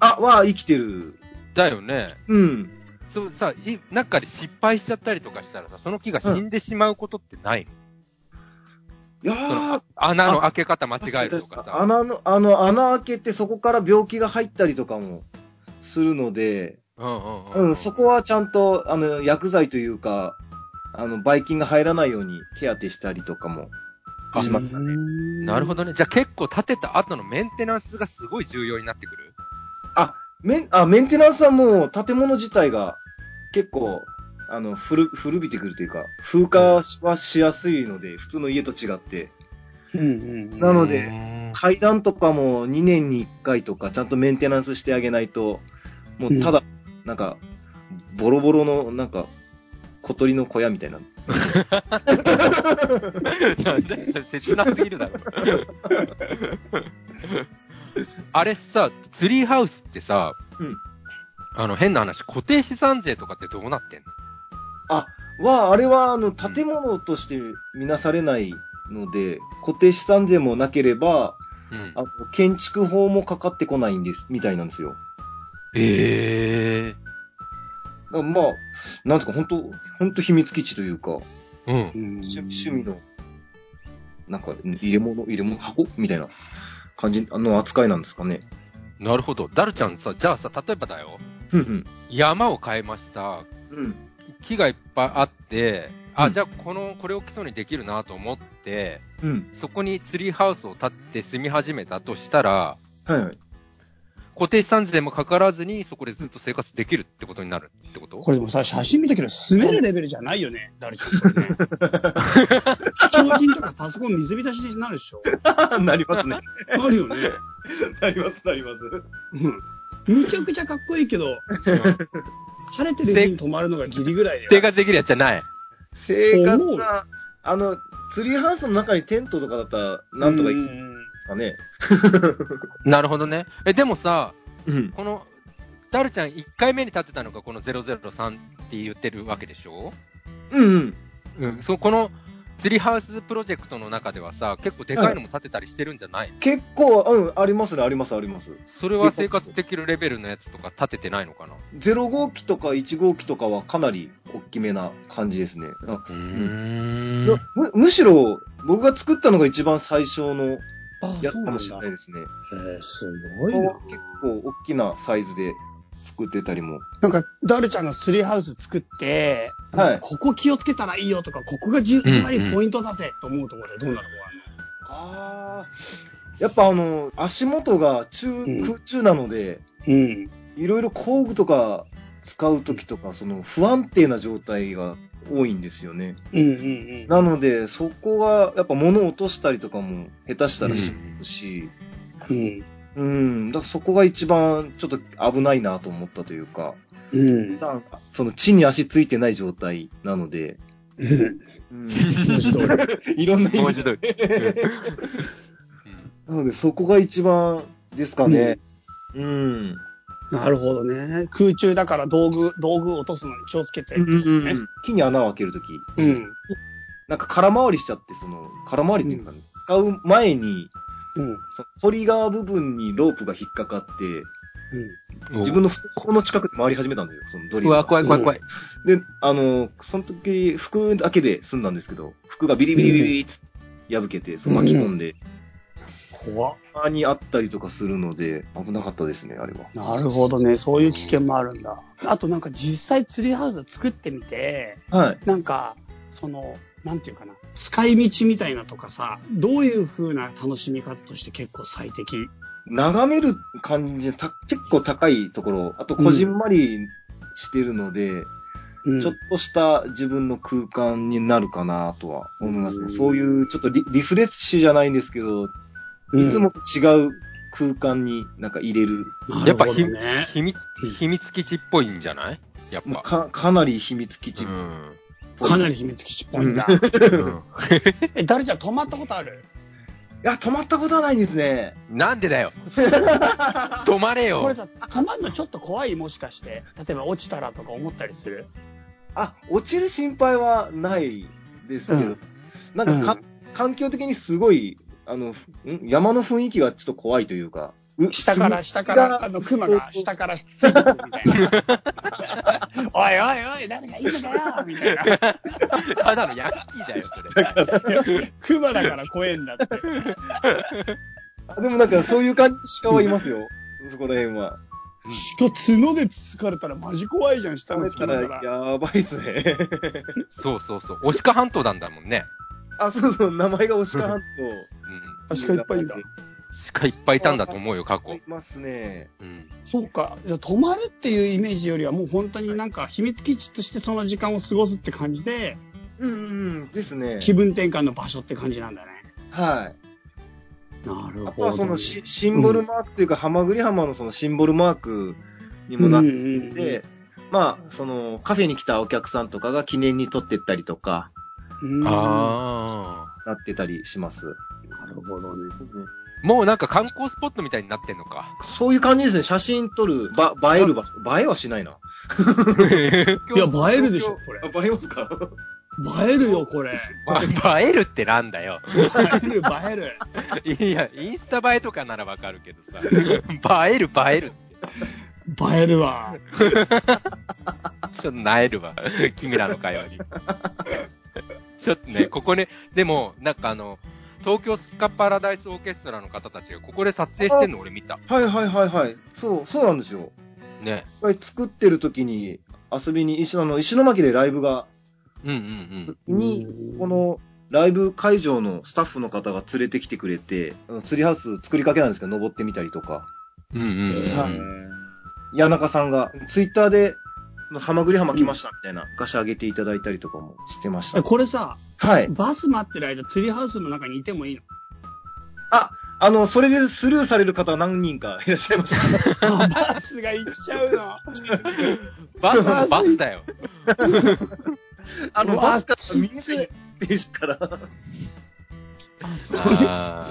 Speaker 3: あ、は、生きてる。
Speaker 2: だよね。
Speaker 3: うん。
Speaker 2: そうさ、い中で失敗しちゃったりとかしたらさ、その木が死んでしまうことってないの、
Speaker 3: いや
Speaker 2: その
Speaker 3: ー、
Speaker 2: 穴の
Speaker 3: あ
Speaker 2: 開け方間違えるとか
Speaker 3: 確
Speaker 2: さ。
Speaker 3: 穴の、あの、穴開けて、そこから病気が入ったりとかもするので、
Speaker 2: うんうんうん、
Speaker 3: うん、そこはちゃんと、あの、薬剤というか、あの、ばい菌が入らないように手当てしたりとかもしましたね。
Speaker 2: なるほ
Speaker 1: ど。
Speaker 2: どね。じゃあ結構建てた後のメンテナンスがすごい重要になってくる。
Speaker 3: あ、メン、あ、メンテナンスはもう建物自体が結構、あの、古、古びてくるというか、風化はしやすいので、普通の家と違って。
Speaker 1: うんうんうん
Speaker 3: なので
Speaker 2: うーん
Speaker 3: 階段とかも2年に1回とか、ちゃんとメンテナンスしてあげないと、もうただ、なんか、ボロボロの、なんか、小鳥の小屋みたいな。
Speaker 2: なんだよそれ切なすぎる だろ。あれさ、ツリーハウスってさ、
Speaker 3: うん
Speaker 2: あの変な話、固定資産税とかってどうなってんの
Speaker 3: あ、は、あれは、あの、建物として見なされないので、固定資産税もなければ、
Speaker 2: うん
Speaker 3: あの建築法もかかってこないんです、みたいなんですよ。
Speaker 2: ええ
Speaker 3: だからまあ、なんていうか、本当本当秘密基地というか、
Speaker 2: うん。
Speaker 3: 趣趣味の、なんか、入れ物、入れ物、箱みたいな感じあの扱いなんですかね。
Speaker 2: なるほど。ダルちゃんさ、じゃあさ、例えばだよ、
Speaker 3: ふんふん。
Speaker 2: 山を買いました。
Speaker 3: うん。
Speaker 2: 木がいっぱいあって、あ、
Speaker 3: うん
Speaker 2: じゃあこの、これを基礎にできるなと思って、
Speaker 3: うん。
Speaker 2: そこにツリーハウスを建って住み始めたとしたら、
Speaker 3: はいはい。
Speaker 2: 固定資産税もかからずに、そこでずっと生活できるってことになるってこと
Speaker 1: これでもさ、写真見たけど、住めるレベルじゃないよね、ダルちゃんそれね。貴重品とかパソコン水浸しになるでしょ。
Speaker 3: なりますね。
Speaker 1: なるよね。
Speaker 3: なります、なります。
Speaker 1: うん。むちゃくちゃかっこいいけど、
Speaker 2: うん
Speaker 1: 晴れてる日に泊まるのがギリぐらいだ
Speaker 2: 生
Speaker 1: よ。
Speaker 2: 活できるやつじゃない。
Speaker 3: 生活
Speaker 1: 思う
Speaker 3: は、あの、ツリーハウスの中にテントとかだったら、なんとかいいんで
Speaker 1: うん
Speaker 3: すかね。
Speaker 2: なるほどね。え、でもさ、
Speaker 3: うん。
Speaker 2: この、ダルちゃん1回目に立ってたのがこの003って言ってるわけでしょ
Speaker 3: うんうん。
Speaker 2: うん。そう、この、ツリーハウスプロジェクトの中ではさ、結構でかいのも建てたりしてるんじゃないの、
Speaker 3: 結構、うん、ありますね、あります、あります。
Speaker 2: それは生活できるレベルのやつとか建ててないのかな
Speaker 3: 0号機とか1号機とかはかなり大きめな感じですね。あ
Speaker 2: う
Speaker 3: い
Speaker 2: ん
Speaker 3: やむむしろ、僕が作ったのが一番最初の
Speaker 1: ああ、そう
Speaker 3: やつか
Speaker 1: なん
Speaker 3: もしれ
Speaker 1: だ
Speaker 3: な。いですね。
Speaker 1: えー、すごい
Speaker 3: 結
Speaker 1: な。
Speaker 3: 構大きなサイズで作ってたりも。
Speaker 1: なんか、ダルちゃんがスリーハウス作って、
Speaker 3: はい
Speaker 1: ここ気をつけたらいいよとか、ここがじゅ
Speaker 2: うんうん
Speaker 1: つまりポイントだぜと思うところでどんなところあるの
Speaker 3: ああ。やっぱあの、足元が中、
Speaker 1: ん
Speaker 3: 空中なので、
Speaker 1: うん。
Speaker 3: いろいろ工具とか使うときとか、その不安定な状態が多いんですよね。
Speaker 1: うんうん
Speaker 3: なので、そこが、やっぱ物を落としたりとかも下手したらしますし、
Speaker 1: うん。うん。
Speaker 3: うん、だからそこが一番ちょっと危ないなと思ったというか、
Speaker 1: うん。
Speaker 3: なんかその地に足ついてない状態なので、うん、
Speaker 1: 面 白い。
Speaker 3: いろんな意
Speaker 2: 面
Speaker 3: 味で。
Speaker 2: 白い。
Speaker 3: なので、そこが一番ですかね。うん。
Speaker 1: なるほどね。空中だから道具、道具を落とすのに気をつけて。
Speaker 3: うん木に穴を開けるとき、
Speaker 1: うん。
Speaker 3: なんか空回りしちゃって、その、空回りっていうか、使う前に、
Speaker 1: うん。
Speaker 3: そのトリガー部分にロープが引っかかって、
Speaker 2: うん
Speaker 3: 自分の懐の近くで回り始めたんですよ、そのドリ
Speaker 2: う
Speaker 3: ルが
Speaker 2: わ、怖い怖い怖い。
Speaker 3: で、あの、その時、服だけで済んだんですけど、服がビリビリビリビリって破けて、その巻き込んで、
Speaker 1: 怖っ
Speaker 3: あにあったりとかするので、危なかったですね、あれは。
Speaker 1: なるほどね。そういう危険もあるんだ。あとなんか実際ツリーハウス作ってみて、
Speaker 3: はい。
Speaker 1: なんか、その、なんていうかな、使い道みたいなとかさ、どういう風な楽しみ方として結構最適。
Speaker 3: 眺める感じ、た結構高いところ、あと、こじんまりしてるので、
Speaker 1: うん
Speaker 3: ちょっとした自分の空間になるかなとは思いますね。
Speaker 1: うん
Speaker 3: そういう、ちょっとリリフレッシュじゃないんですけど、いつもと違う空間になんか入れる。
Speaker 1: うん、
Speaker 2: やっぱ
Speaker 1: なるほどね、
Speaker 2: 秘密、秘密基地っぽいんじゃないやっ
Speaker 3: まあ
Speaker 2: ぱ。
Speaker 3: かかなり秘密基地っ
Speaker 2: うん
Speaker 3: ぽい。
Speaker 1: かないり秘密基地っぽいんだ。
Speaker 2: うん
Speaker 1: え、誰じゃん泊まったことある
Speaker 3: や、泊まったことはないですね。
Speaker 2: なんで だよ。止まれ
Speaker 1: これ
Speaker 2: よ。
Speaker 1: さ、泊まるのちょっと怖いもしかして。例えば落ちたらとか思ったりする。
Speaker 3: あ、落ちる心配はないですけど、
Speaker 1: うん
Speaker 3: なんかか、
Speaker 1: う
Speaker 3: 環境的にすごい、あの、ふん山の雰囲気がちょっと怖いというか、う
Speaker 1: 下から、
Speaker 3: 杉
Speaker 1: 下から、
Speaker 3: が
Speaker 1: あの、熊が下からひっついてくるみたいな。おいおいおい、誰かいいのかよみたいな。
Speaker 2: ただのヤンキーだよ、それ。
Speaker 1: 熊だから怖えんだって。
Speaker 3: あでもなんかそういう感じ、鹿はいますよ。 そこら辺は。
Speaker 1: 人角でつつかれたらマジ怖いじゃん、下
Speaker 3: 食
Speaker 1: の
Speaker 3: べ
Speaker 1: 角
Speaker 3: た
Speaker 1: からら。
Speaker 3: やばいっすね。
Speaker 2: そうそうそう。オシカ半島なんだもんね。
Speaker 3: あ、そうそう、名前がオシカ半
Speaker 2: う
Speaker 3: 島。
Speaker 2: ん。
Speaker 1: あ 鹿いっぱいいんだ。
Speaker 2: 鹿いっぱいいたんだと思うよ、過去
Speaker 3: い。ますね。
Speaker 2: うん。
Speaker 1: そうか。じゃあ、泊まるっていうイメージよりは、もう本当になんか秘密基地としてその時間を過ごすって感じで、
Speaker 3: うんうん、ですね。
Speaker 1: 気分転換の場所って感じなんだね。
Speaker 3: はい。
Speaker 1: なる
Speaker 3: あと
Speaker 1: ほど。
Speaker 3: はそのシシンボルマークというか、ハマグリハマのそのシンボルマークにもなって
Speaker 1: うんうんうん
Speaker 3: て、まあ、そのカフェに来たお客さんとかが記念に撮ってったりとか、
Speaker 1: うん
Speaker 2: ああ。
Speaker 3: なってたりします。
Speaker 1: なるほどね。
Speaker 2: もうなんか観光スポットみたいになってんのか。
Speaker 3: そういう感じですね。写真撮る、ば映える場所。映えはしないな。
Speaker 1: いや、映えるでしょ、これ。
Speaker 3: あ映えますか
Speaker 1: 映えるよ、これ。
Speaker 2: ば 映えるってなんだよ。
Speaker 1: 映える、映える。
Speaker 2: いや、インスタ映えとかならわかるけどさ。映える、映えるって。
Speaker 1: 映えるわ。
Speaker 2: ちょっとなえるわ。 君らの 会話に。ちょっとね、ここね、でも、なんかあの、東京スカパラダイスオーケストラの方たちがここで撮影してんの俺見た。
Speaker 3: はいはいはいはい。そう、そうなんですよ。
Speaker 2: ね。
Speaker 3: いっぱい作ってる時に遊びに、石あの石巻でライブが、
Speaker 2: うんうん
Speaker 3: に
Speaker 1: う、ん
Speaker 3: このライブ会場のスタッフの方が連れてきてくれて、あの釣りハウス作りかけなんですけど、登ってみたりとか、
Speaker 2: ううんうんうん
Speaker 3: はい谷中さんが、ツイッターで、ハマグリハマ来ましたみたいな、ガシ上げていただいたりとかもしてました。
Speaker 1: これさ、
Speaker 3: はい。
Speaker 1: バス待ってる間、ツリーハウスの中にいてもいいの
Speaker 3: あ、あの、それでスルーされる方は何人かい らっしゃいました。
Speaker 1: あバスが行っちゃうの。
Speaker 2: バスはバ スだよ。
Speaker 3: あの、
Speaker 1: うわ
Speaker 3: バスから見せに停止から。
Speaker 1: あ、そ
Speaker 2: あ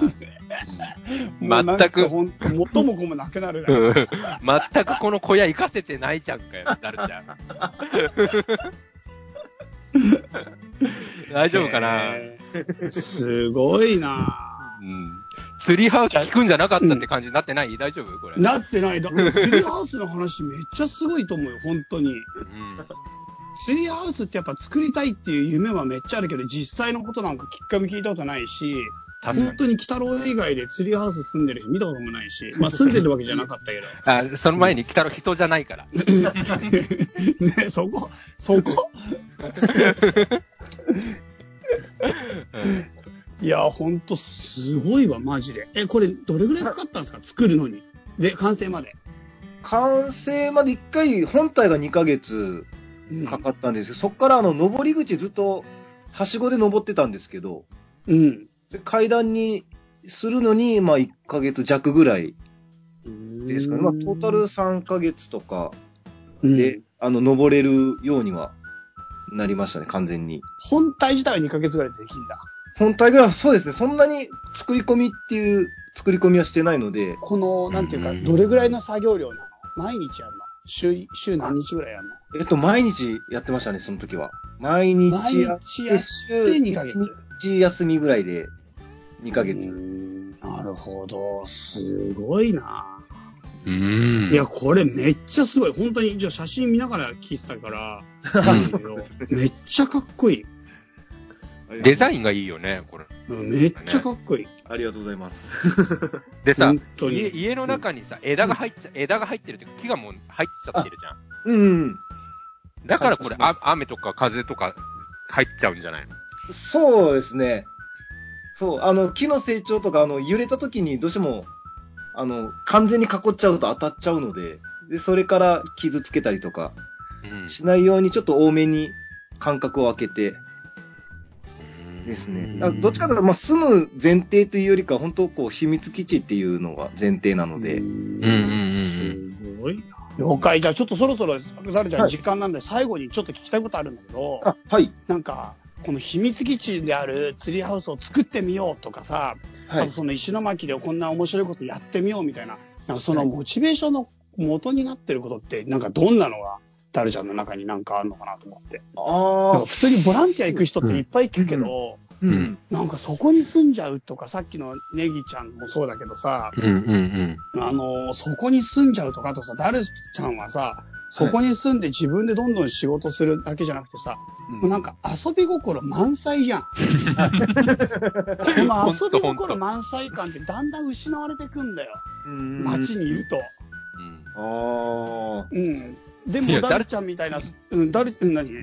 Speaker 1: もう
Speaker 2: 全く
Speaker 1: なんかほん元も子もなくなるな。
Speaker 2: ー全くこの小屋行かせてないじゃんかよ、なる ちゃん。大丈夫かな、
Speaker 1: へーすごいな
Speaker 2: うん、ツリーハウス聞くんじゃなかったって感じになってない、大丈夫これ。
Speaker 1: なってない。だってツリーハウスの話めっちゃすごいと思うよ、本当に。
Speaker 2: うん
Speaker 1: ツリーハウスってやっぱ作りたいっていう夢はめっちゃあるけど、実際のことなんかきっかけ聞いたことないし、
Speaker 2: 確か
Speaker 1: 本
Speaker 2: に。
Speaker 1: 当に鬼太郎以外でツリーハウス住んでる人見たこともないし、まあ住んでるわけじゃなかったけど。
Speaker 2: あその前に来たの人じゃないから。
Speaker 1: ね、そこ、そこ
Speaker 2: うん
Speaker 1: いや、ほんとすごいわ、マジで。え、これ、どれぐらいかかったんですか作るのに。で、完成まで。
Speaker 3: 完成まで1回、本体が2ヶ月
Speaker 1: うん。
Speaker 3: かかったんですけど、そこからあの、登り口ずっと、はしごで登ってたんですけど、
Speaker 1: うん。
Speaker 3: で階段にするのに、まあ1ヶ月弱ぐらいですかね。まあ、トータル3ヶ月とか
Speaker 1: うん
Speaker 3: で、あの、登れるようにはなりましたね、完全に。
Speaker 1: 本体自体は2ヶ月ぐらいでできんだ。
Speaker 3: 本体ぐらいはそうですね、そんなに作り込みっていう、作り込みはしてないので、
Speaker 1: この、なんていう
Speaker 2: う
Speaker 1: か、
Speaker 2: ん
Speaker 1: どれぐらいの作業量なの毎日やるの週、週何日ぐらいやるの
Speaker 3: えっと、毎日やってましたね、その時は。毎日
Speaker 1: 毎
Speaker 3: やって、
Speaker 1: 日やって
Speaker 3: 週
Speaker 1: 2ヶ月。
Speaker 3: 1日休みぐらいで、2ヶ
Speaker 1: う
Speaker 3: 月。
Speaker 1: んなるほど。すごいな。
Speaker 2: うん
Speaker 1: いや、これめっちゃすごい。本当に、じゃあ写真見ながら聞いてたから、なんですけどめっちゃかっこいい。
Speaker 2: デザインがいいよね、これ。
Speaker 1: うんめっちゃかっこいい。
Speaker 3: ありがとうございます。
Speaker 2: でさ
Speaker 1: 本、当
Speaker 2: 家
Speaker 1: に。
Speaker 2: 家の中にさ、枝が入っちゃ、枝が入ってるっていうか、木がもう入っちゃってるじゃん。
Speaker 3: うん。
Speaker 2: だからこれ、
Speaker 3: 感
Speaker 2: あ
Speaker 3: じます
Speaker 2: 雨とか風とか入っちゃうんじゃないの
Speaker 3: そうですね。そう、あの、木の成長とか、あの、揺れた時にどうしても、あの、完全に囲っちゃうと当たっちゃうので、で、それから傷つけたりとか
Speaker 2: うん
Speaker 3: しないように、ちょっと多めに間隔を空けてですね。だからどっちかというと、まあ、住む前提というよりか、本当こう、秘密基地っていうのが前提なので、
Speaker 2: うんうんうんうん
Speaker 1: すごいな。了解。じゃあちょっとそろそろ、ザルちゃ
Speaker 3: は
Speaker 1: ん
Speaker 3: い
Speaker 1: 時間なんで、最後にちょっと聞きたいことあるんだけど、
Speaker 3: あ、はい。
Speaker 1: なんか、この秘密基地であるツリーハウスを作ってみようとかさ、
Speaker 3: は
Speaker 1: あ
Speaker 3: い
Speaker 1: と。その石巻でこんな面白いことやってみようみたいな、なんかそ
Speaker 3: は
Speaker 1: の
Speaker 3: い
Speaker 1: モチベーションの元になってることって、なんかどんなのが、ダルちゃんの中になんかあるのかなと思って。なん
Speaker 3: あ
Speaker 1: か普通にボランティア行く人っていっぱい聞くけど、
Speaker 3: あ、うん。
Speaker 1: なんかそこに住んじゃうとか、さっきのネギちゃんもそうだけどさ、
Speaker 2: うんうんうん。
Speaker 1: あのそこに住んじゃうとか、あとさ、ダルちゃんはさ、そこに住んで自分でどんどん仕事するだけじゃなくてさ、もうなんか遊び心満載 じゃん。この遊び心満載感ってだんだん失われてくんだよ。
Speaker 3: うん
Speaker 1: 街にいると。
Speaker 2: うん
Speaker 3: ああ。
Speaker 1: うん。で
Speaker 2: い
Speaker 1: も、
Speaker 2: や
Speaker 1: ダルちゃんみたいな、うん、ダル、うん、何い
Speaker 2: い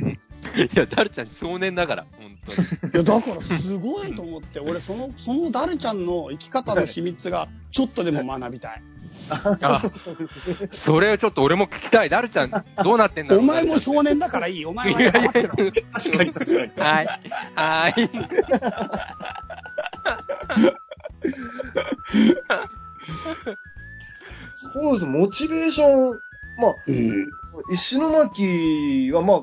Speaker 2: や、ダルちゃん少年だから、本当に。
Speaker 1: や、だからすごいと思って、俺、その、そのダルちゃんの生き方の秘密が、ちょっとでも学びた い。
Speaker 2: あ、それちょっと俺も聞きたい。ダルちゃん、どうなってんだろ
Speaker 1: お
Speaker 2: う
Speaker 1: 前も少年だからいい。お前は黙ってろ。
Speaker 3: 確かに確かに。
Speaker 2: はい。はい。
Speaker 3: そうです。モチベーション、まあ、
Speaker 1: うん。
Speaker 3: 石巻は、まあ、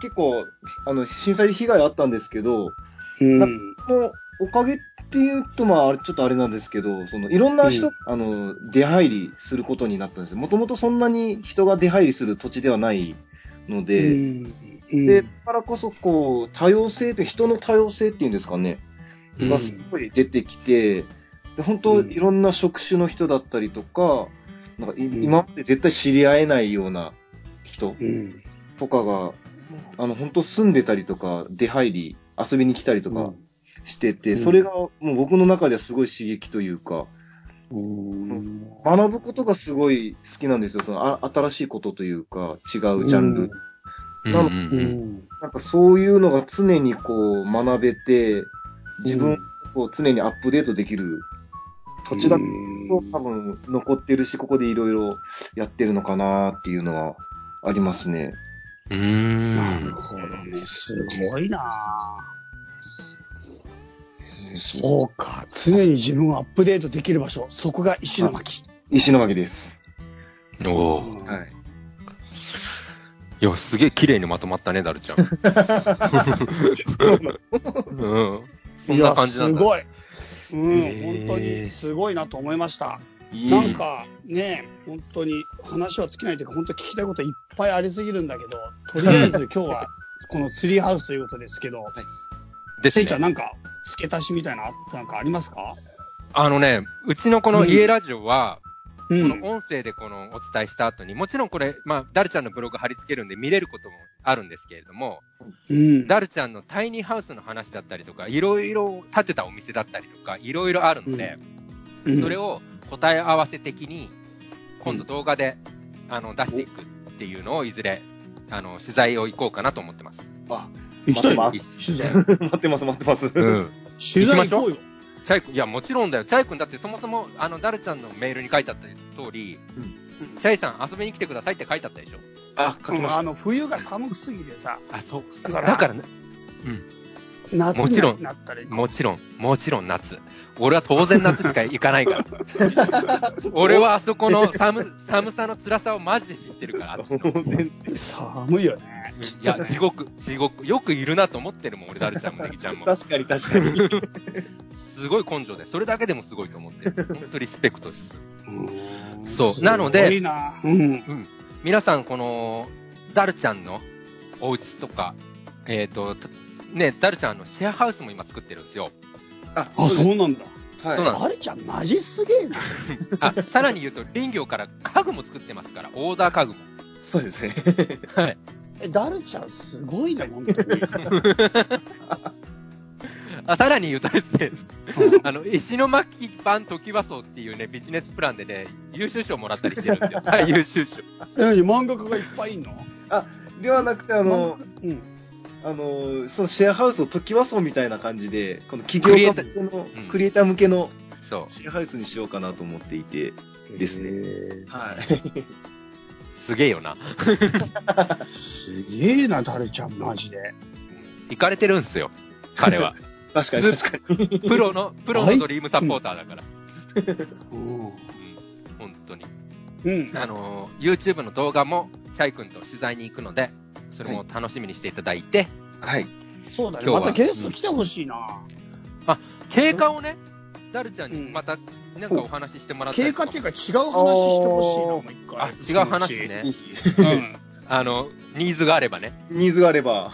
Speaker 3: 結構、あの、震災で被害あったんですけど、
Speaker 1: うん。
Speaker 3: このおかげっていうと、まああれ、ちょっとあれなんですけど、その、いろんな人、
Speaker 1: うん
Speaker 3: あの、出入りすることになったんですよ。もともとそんなに人が出入りする土地ではないの
Speaker 1: う
Speaker 3: で、
Speaker 1: んうん
Speaker 3: で、だからこそ、こう、多様性って、人の多様性っていうんですかね、
Speaker 1: うん
Speaker 3: がすごい出てきて、で、本当、
Speaker 1: うん
Speaker 3: いろんな職種の人だったりとか、なんかい、
Speaker 1: ん
Speaker 3: 今まで絶対知り合えないような人
Speaker 1: うん。
Speaker 3: とかが、あの、本当住んでたりとか、出入り、遊びに来たりとかしてて、
Speaker 1: うん
Speaker 3: それがもう僕の中ではすごい刺激というか、
Speaker 1: うん
Speaker 3: 学ぶことがすごい好きなんですよ。その、あ新しいことというか、違うジャンル。
Speaker 2: うん
Speaker 3: なの
Speaker 1: うんうん
Speaker 3: なんかそういうのが常にこう学べて、自分をこう常にアップデートできる土地だ
Speaker 1: う
Speaker 3: け
Speaker 1: ん
Speaker 3: そう多分残ってるし、ここでいろいろやってるのかなっていうのはありますね。
Speaker 2: う
Speaker 1: なる
Speaker 2: ん。
Speaker 1: ほどね。すごいな
Speaker 3: そう
Speaker 1: そうか。常に自分をアップデートできる場所。そこが石巻。
Speaker 3: 石巻です。
Speaker 2: おー
Speaker 1: うん
Speaker 3: い。
Speaker 2: いや、すげえ綺麗にまとまったね、ダルちゃん。うん。そんな感じなんだ。
Speaker 1: いやすごい。
Speaker 2: へ
Speaker 1: う
Speaker 2: ー
Speaker 1: ん、本当にすごいなと思いました。
Speaker 3: いい
Speaker 1: なんかね、本当に話は尽きないというか、本当聞きたいこといっぱいありすぎるんだけど、とりあえ ず今日はこのツリーハウスということですけど、
Speaker 2: です
Speaker 1: せ
Speaker 2: ね
Speaker 1: いちゃんなんか付け足しみたいなのあったなんかありますか？
Speaker 2: あのね、うちのこの家ラジオは、
Speaker 1: う
Speaker 2: こ
Speaker 1: ん。
Speaker 2: の音声でこのお伝えした後に、もちろんこれ、まあ、ダルちゃんのブログ貼り付けるんで見れることもあるんですけれども、
Speaker 1: うん。
Speaker 2: ダルちゃんのタイニーハウスの話だったりとか、いろいろ建てたお店だったりとか、いろいろあるので、
Speaker 1: うん
Speaker 2: それを答え合わせ的に、今度動画で、あの出していくっていうのを、いずれ、あの取材を行こうかなと思ってます。
Speaker 3: あ、
Speaker 1: 行きたい
Speaker 3: 待
Speaker 1: よ
Speaker 3: ってま
Speaker 1: 取材。
Speaker 3: 待ってます、待ってます。
Speaker 2: うん
Speaker 1: 取材行こうよ。
Speaker 2: チャイ君、いや、もちろんだよ。チャイ君、だってそもそも、あの、ダルちゃんのメールに書いてあった通り、チャイさん遊びに来てくださいって書いてあったでしょ。
Speaker 3: あ、書きまし
Speaker 1: あ
Speaker 3: た。
Speaker 1: の冬が寒くすぎてさ、
Speaker 2: あ、そう。
Speaker 1: だから
Speaker 2: だからね、
Speaker 1: 夏
Speaker 2: もちろん
Speaker 1: になったら行こう
Speaker 2: もちろん、もちろん夏。俺は当然夏しか行かないから。 俺はあそこの寒寒さの辛さをマジで知ってるから、あっちの
Speaker 3: 全然
Speaker 1: 寒いよね。
Speaker 2: いや、地獄、地獄。よくいるなと思ってるもん、俺、ダルちゃんもネギち ゃんも。
Speaker 3: 確かに確かに。
Speaker 2: すごい根性で、それだけでもすごいと思ってる。本当リスペクトです。
Speaker 1: うん
Speaker 2: そうなのです
Speaker 1: ごいな。うん。
Speaker 2: うん、皆さん、このダルちゃんのお家とか、えっ、と、たね、ダルちゃんのシェアハウスも今作ってるんですよ。
Speaker 3: あ
Speaker 1: あ、そうなんだ。
Speaker 3: はい
Speaker 2: そうなんです
Speaker 1: あれちゃんマジすげえな。
Speaker 2: あ、さらに言うと、林業から家具も作ってますから、オーダー家具も。
Speaker 3: そうですね。
Speaker 2: はい。
Speaker 1: え、ダルちゃんすごいね、本当に。
Speaker 2: あ、さらに言うとですね、あの、石巻版時和荘っていうね、ビジネスプランでね、優秀賞もらったりしてるんですよ。はい、優秀賞。
Speaker 1: え、何漫画家がいっぱいいんの
Speaker 3: ではなくて、あの、
Speaker 1: うん。
Speaker 3: あの、そのシェアハウスを時和荘みたいな感じで、この
Speaker 2: ク
Speaker 3: 企
Speaker 2: リエイ
Speaker 3: 業
Speaker 2: タ
Speaker 3: 家向けの
Speaker 2: うん、
Speaker 3: クリエイター向けの
Speaker 2: そう。
Speaker 3: シェアハウスにしようかなと思っていて。です
Speaker 1: ね。
Speaker 3: はい。
Speaker 2: すげえよな。
Speaker 1: すげえな、ダルちゃんマジで。
Speaker 2: 行かれてるんですよ、彼は。
Speaker 3: 確かに確かに。
Speaker 2: プロの、プロのドリームサポーターだから。
Speaker 1: うん。
Speaker 2: うん、本当に。
Speaker 1: うん。
Speaker 2: あのー YouTube の動画も、チャイ君と取材に行くので、それも楽しみにしていただいて、
Speaker 3: はい。
Speaker 1: そうだね。
Speaker 2: 今日は
Speaker 1: またゲスト来てほしいな。
Speaker 2: 経過をね、ダルちゃんに
Speaker 1: うん
Speaker 2: また、なんかお話ししてもらった
Speaker 1: 経
Speaker 2: りと
Speaker 1: 過
Speaker 2: かも
Speaker 1: っていうか違う話してほしいな、もう
Speaker 2: あ、
Speaker 1: 一
Speaker 2: 違
Speaker 1: 回。
Speaker 2: う話。ね。
Speaker 1: うん。
Speaker 2: あの、ニーズがあればね。
Speaker 3: ニーズがあれば。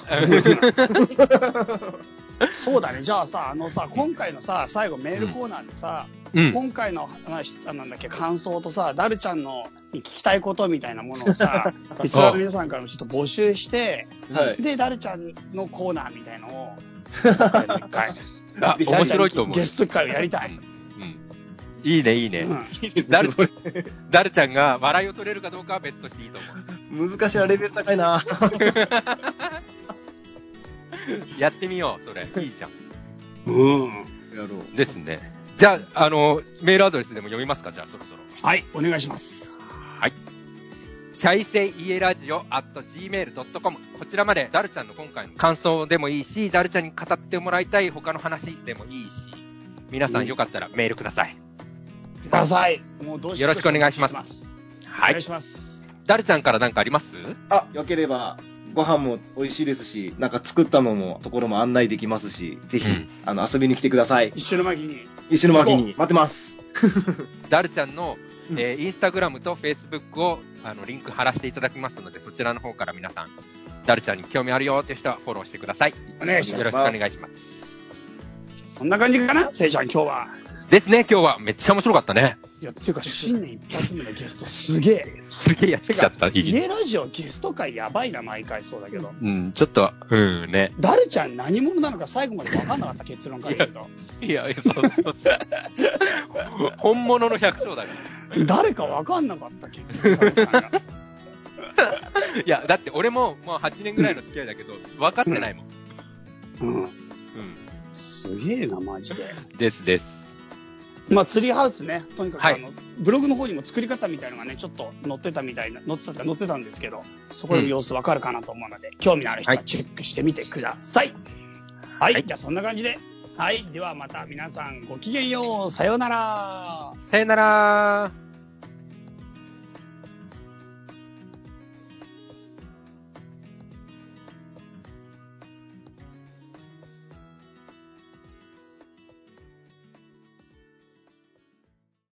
Speaker 1: そうだね。じゃあさ、あのさ、今回のさ、最後メールコーナーでさ、
Speaker 2: うん。
Speaker 1: 今回の話、あなんだっけ、感想とさ、ダルちゃんのに聞きたいことみたいなものを さ、リスナーの皆さんからもちょっと募集して、
Speaker 3: はい。
Speaker 1: で、ダルちゃんのコーナーみたいのを、一回
Speaker 2: あ、面白いと思う。
Speaker 1: ゲスト会をやりたい。
Speaker 2: うん。うんいいね、いいね。
Speaker 1: う
Speaker 2: ダルダルちゃんが笑いを取れるかどうかは別としていいと思
Speaker 3: 難しいな、レベル高いな。
Speaker 2: う。やってみよう、それ。いいじゃん。
Speaker 1: ん。うん
Speaker 3: やろう。
Speaker 2: ですね。じゃあ、あの、メールアドレスでも読みますか、じゃあ、そろそろ。
Speaker 1: はい、お願いします。
Speaker 2: はい。チャイセイエラジオ at gmail.com。こちらまで、ダルちゃんの今回の感想でもいいし、ダルちゃんに語ってもらいたい他の話でもいいし、皆さんよかったらメールください。
Speaker 1: ください。もうどうし。
Speaker 2: よろしくお願いしますは
Speaker 1: お願い
Speaker 2: い。
Speaker 1: します。
Speaker 2: ダルちゃんから何かあります
Speaker 3: あ、よければ、ご飯も美味しいですし、なんか作ったのも、ところも案内できますし、ぜひ、
Speaker 2: うん
Speaker 3: あの、遊びに来てください。
Speaker 1: 一緒の巻に。
Speaker 3: 石巻に待ってます。
Speaker 2: ダルちゃんの、
Speaker 3: うん
Speaker 2: えーインスタグラムとフェイスブックをあのリンク貼らせていただきますので、そちらの方から皆さん、ダルちゃんに興味あるよっていう人はフォローしてください。よ
Speaker 1: お願い
Speaker 2: ろ
Speaker 1: し
Speaker 2: し
Speaker 1: ま
Speaker 2: く
Speaker 1: す。
Speaker 2: お願いします。
Speaker 1: そんな感じかなせいちゃん、今日は。
Speaker 2: ですね、今日はめっちゃ面白かったね。
Speaker 1: いや、っていうか、新年一発目のゲスト、すげえ。
Speaker 2: すげえやってきちゃった。いい
Speaker 1: 家ラジオゲスト会やばいな、毎回そうだけど。
Speaker 2: うん、ちょっと、うんね。
Speaker 1: ダルちゃん何者なのか最後まで分かんなかった結論から言うと。
Speaker 2: いや、いやそうそう。本物の百姓だか
Speaker 1: 誰か分かんなかった結局ダルちゃんが。
Speaker 2: ら。いや、だって俺ももう8年ぐらいの付き合いだけど、分かってないもん。
Speaker 1: うん。
Speaker 2: う
Speaker 1: すげえな、マジで。
Speaker 2: ん。ですです。
Speaker 1: まあ、ツリーハウスね、とにかく
Speaker 2: はい
Speaker 1: あの、ブログの方にも作り方みたいのがね、ちょっと載ってたみたいな、載ってたってか載ってたんですけど、そこで様子わかるかなと思うので、興味のある人は
Speaker 2: はい
Speaker 1: チェックしてみてください。はい、
Speaker 2: はい
Speaker 1: じゃあそんな感じで。はい、ではまた皆さんごきげんよう。さようなら。
Speaker 2: さよならー。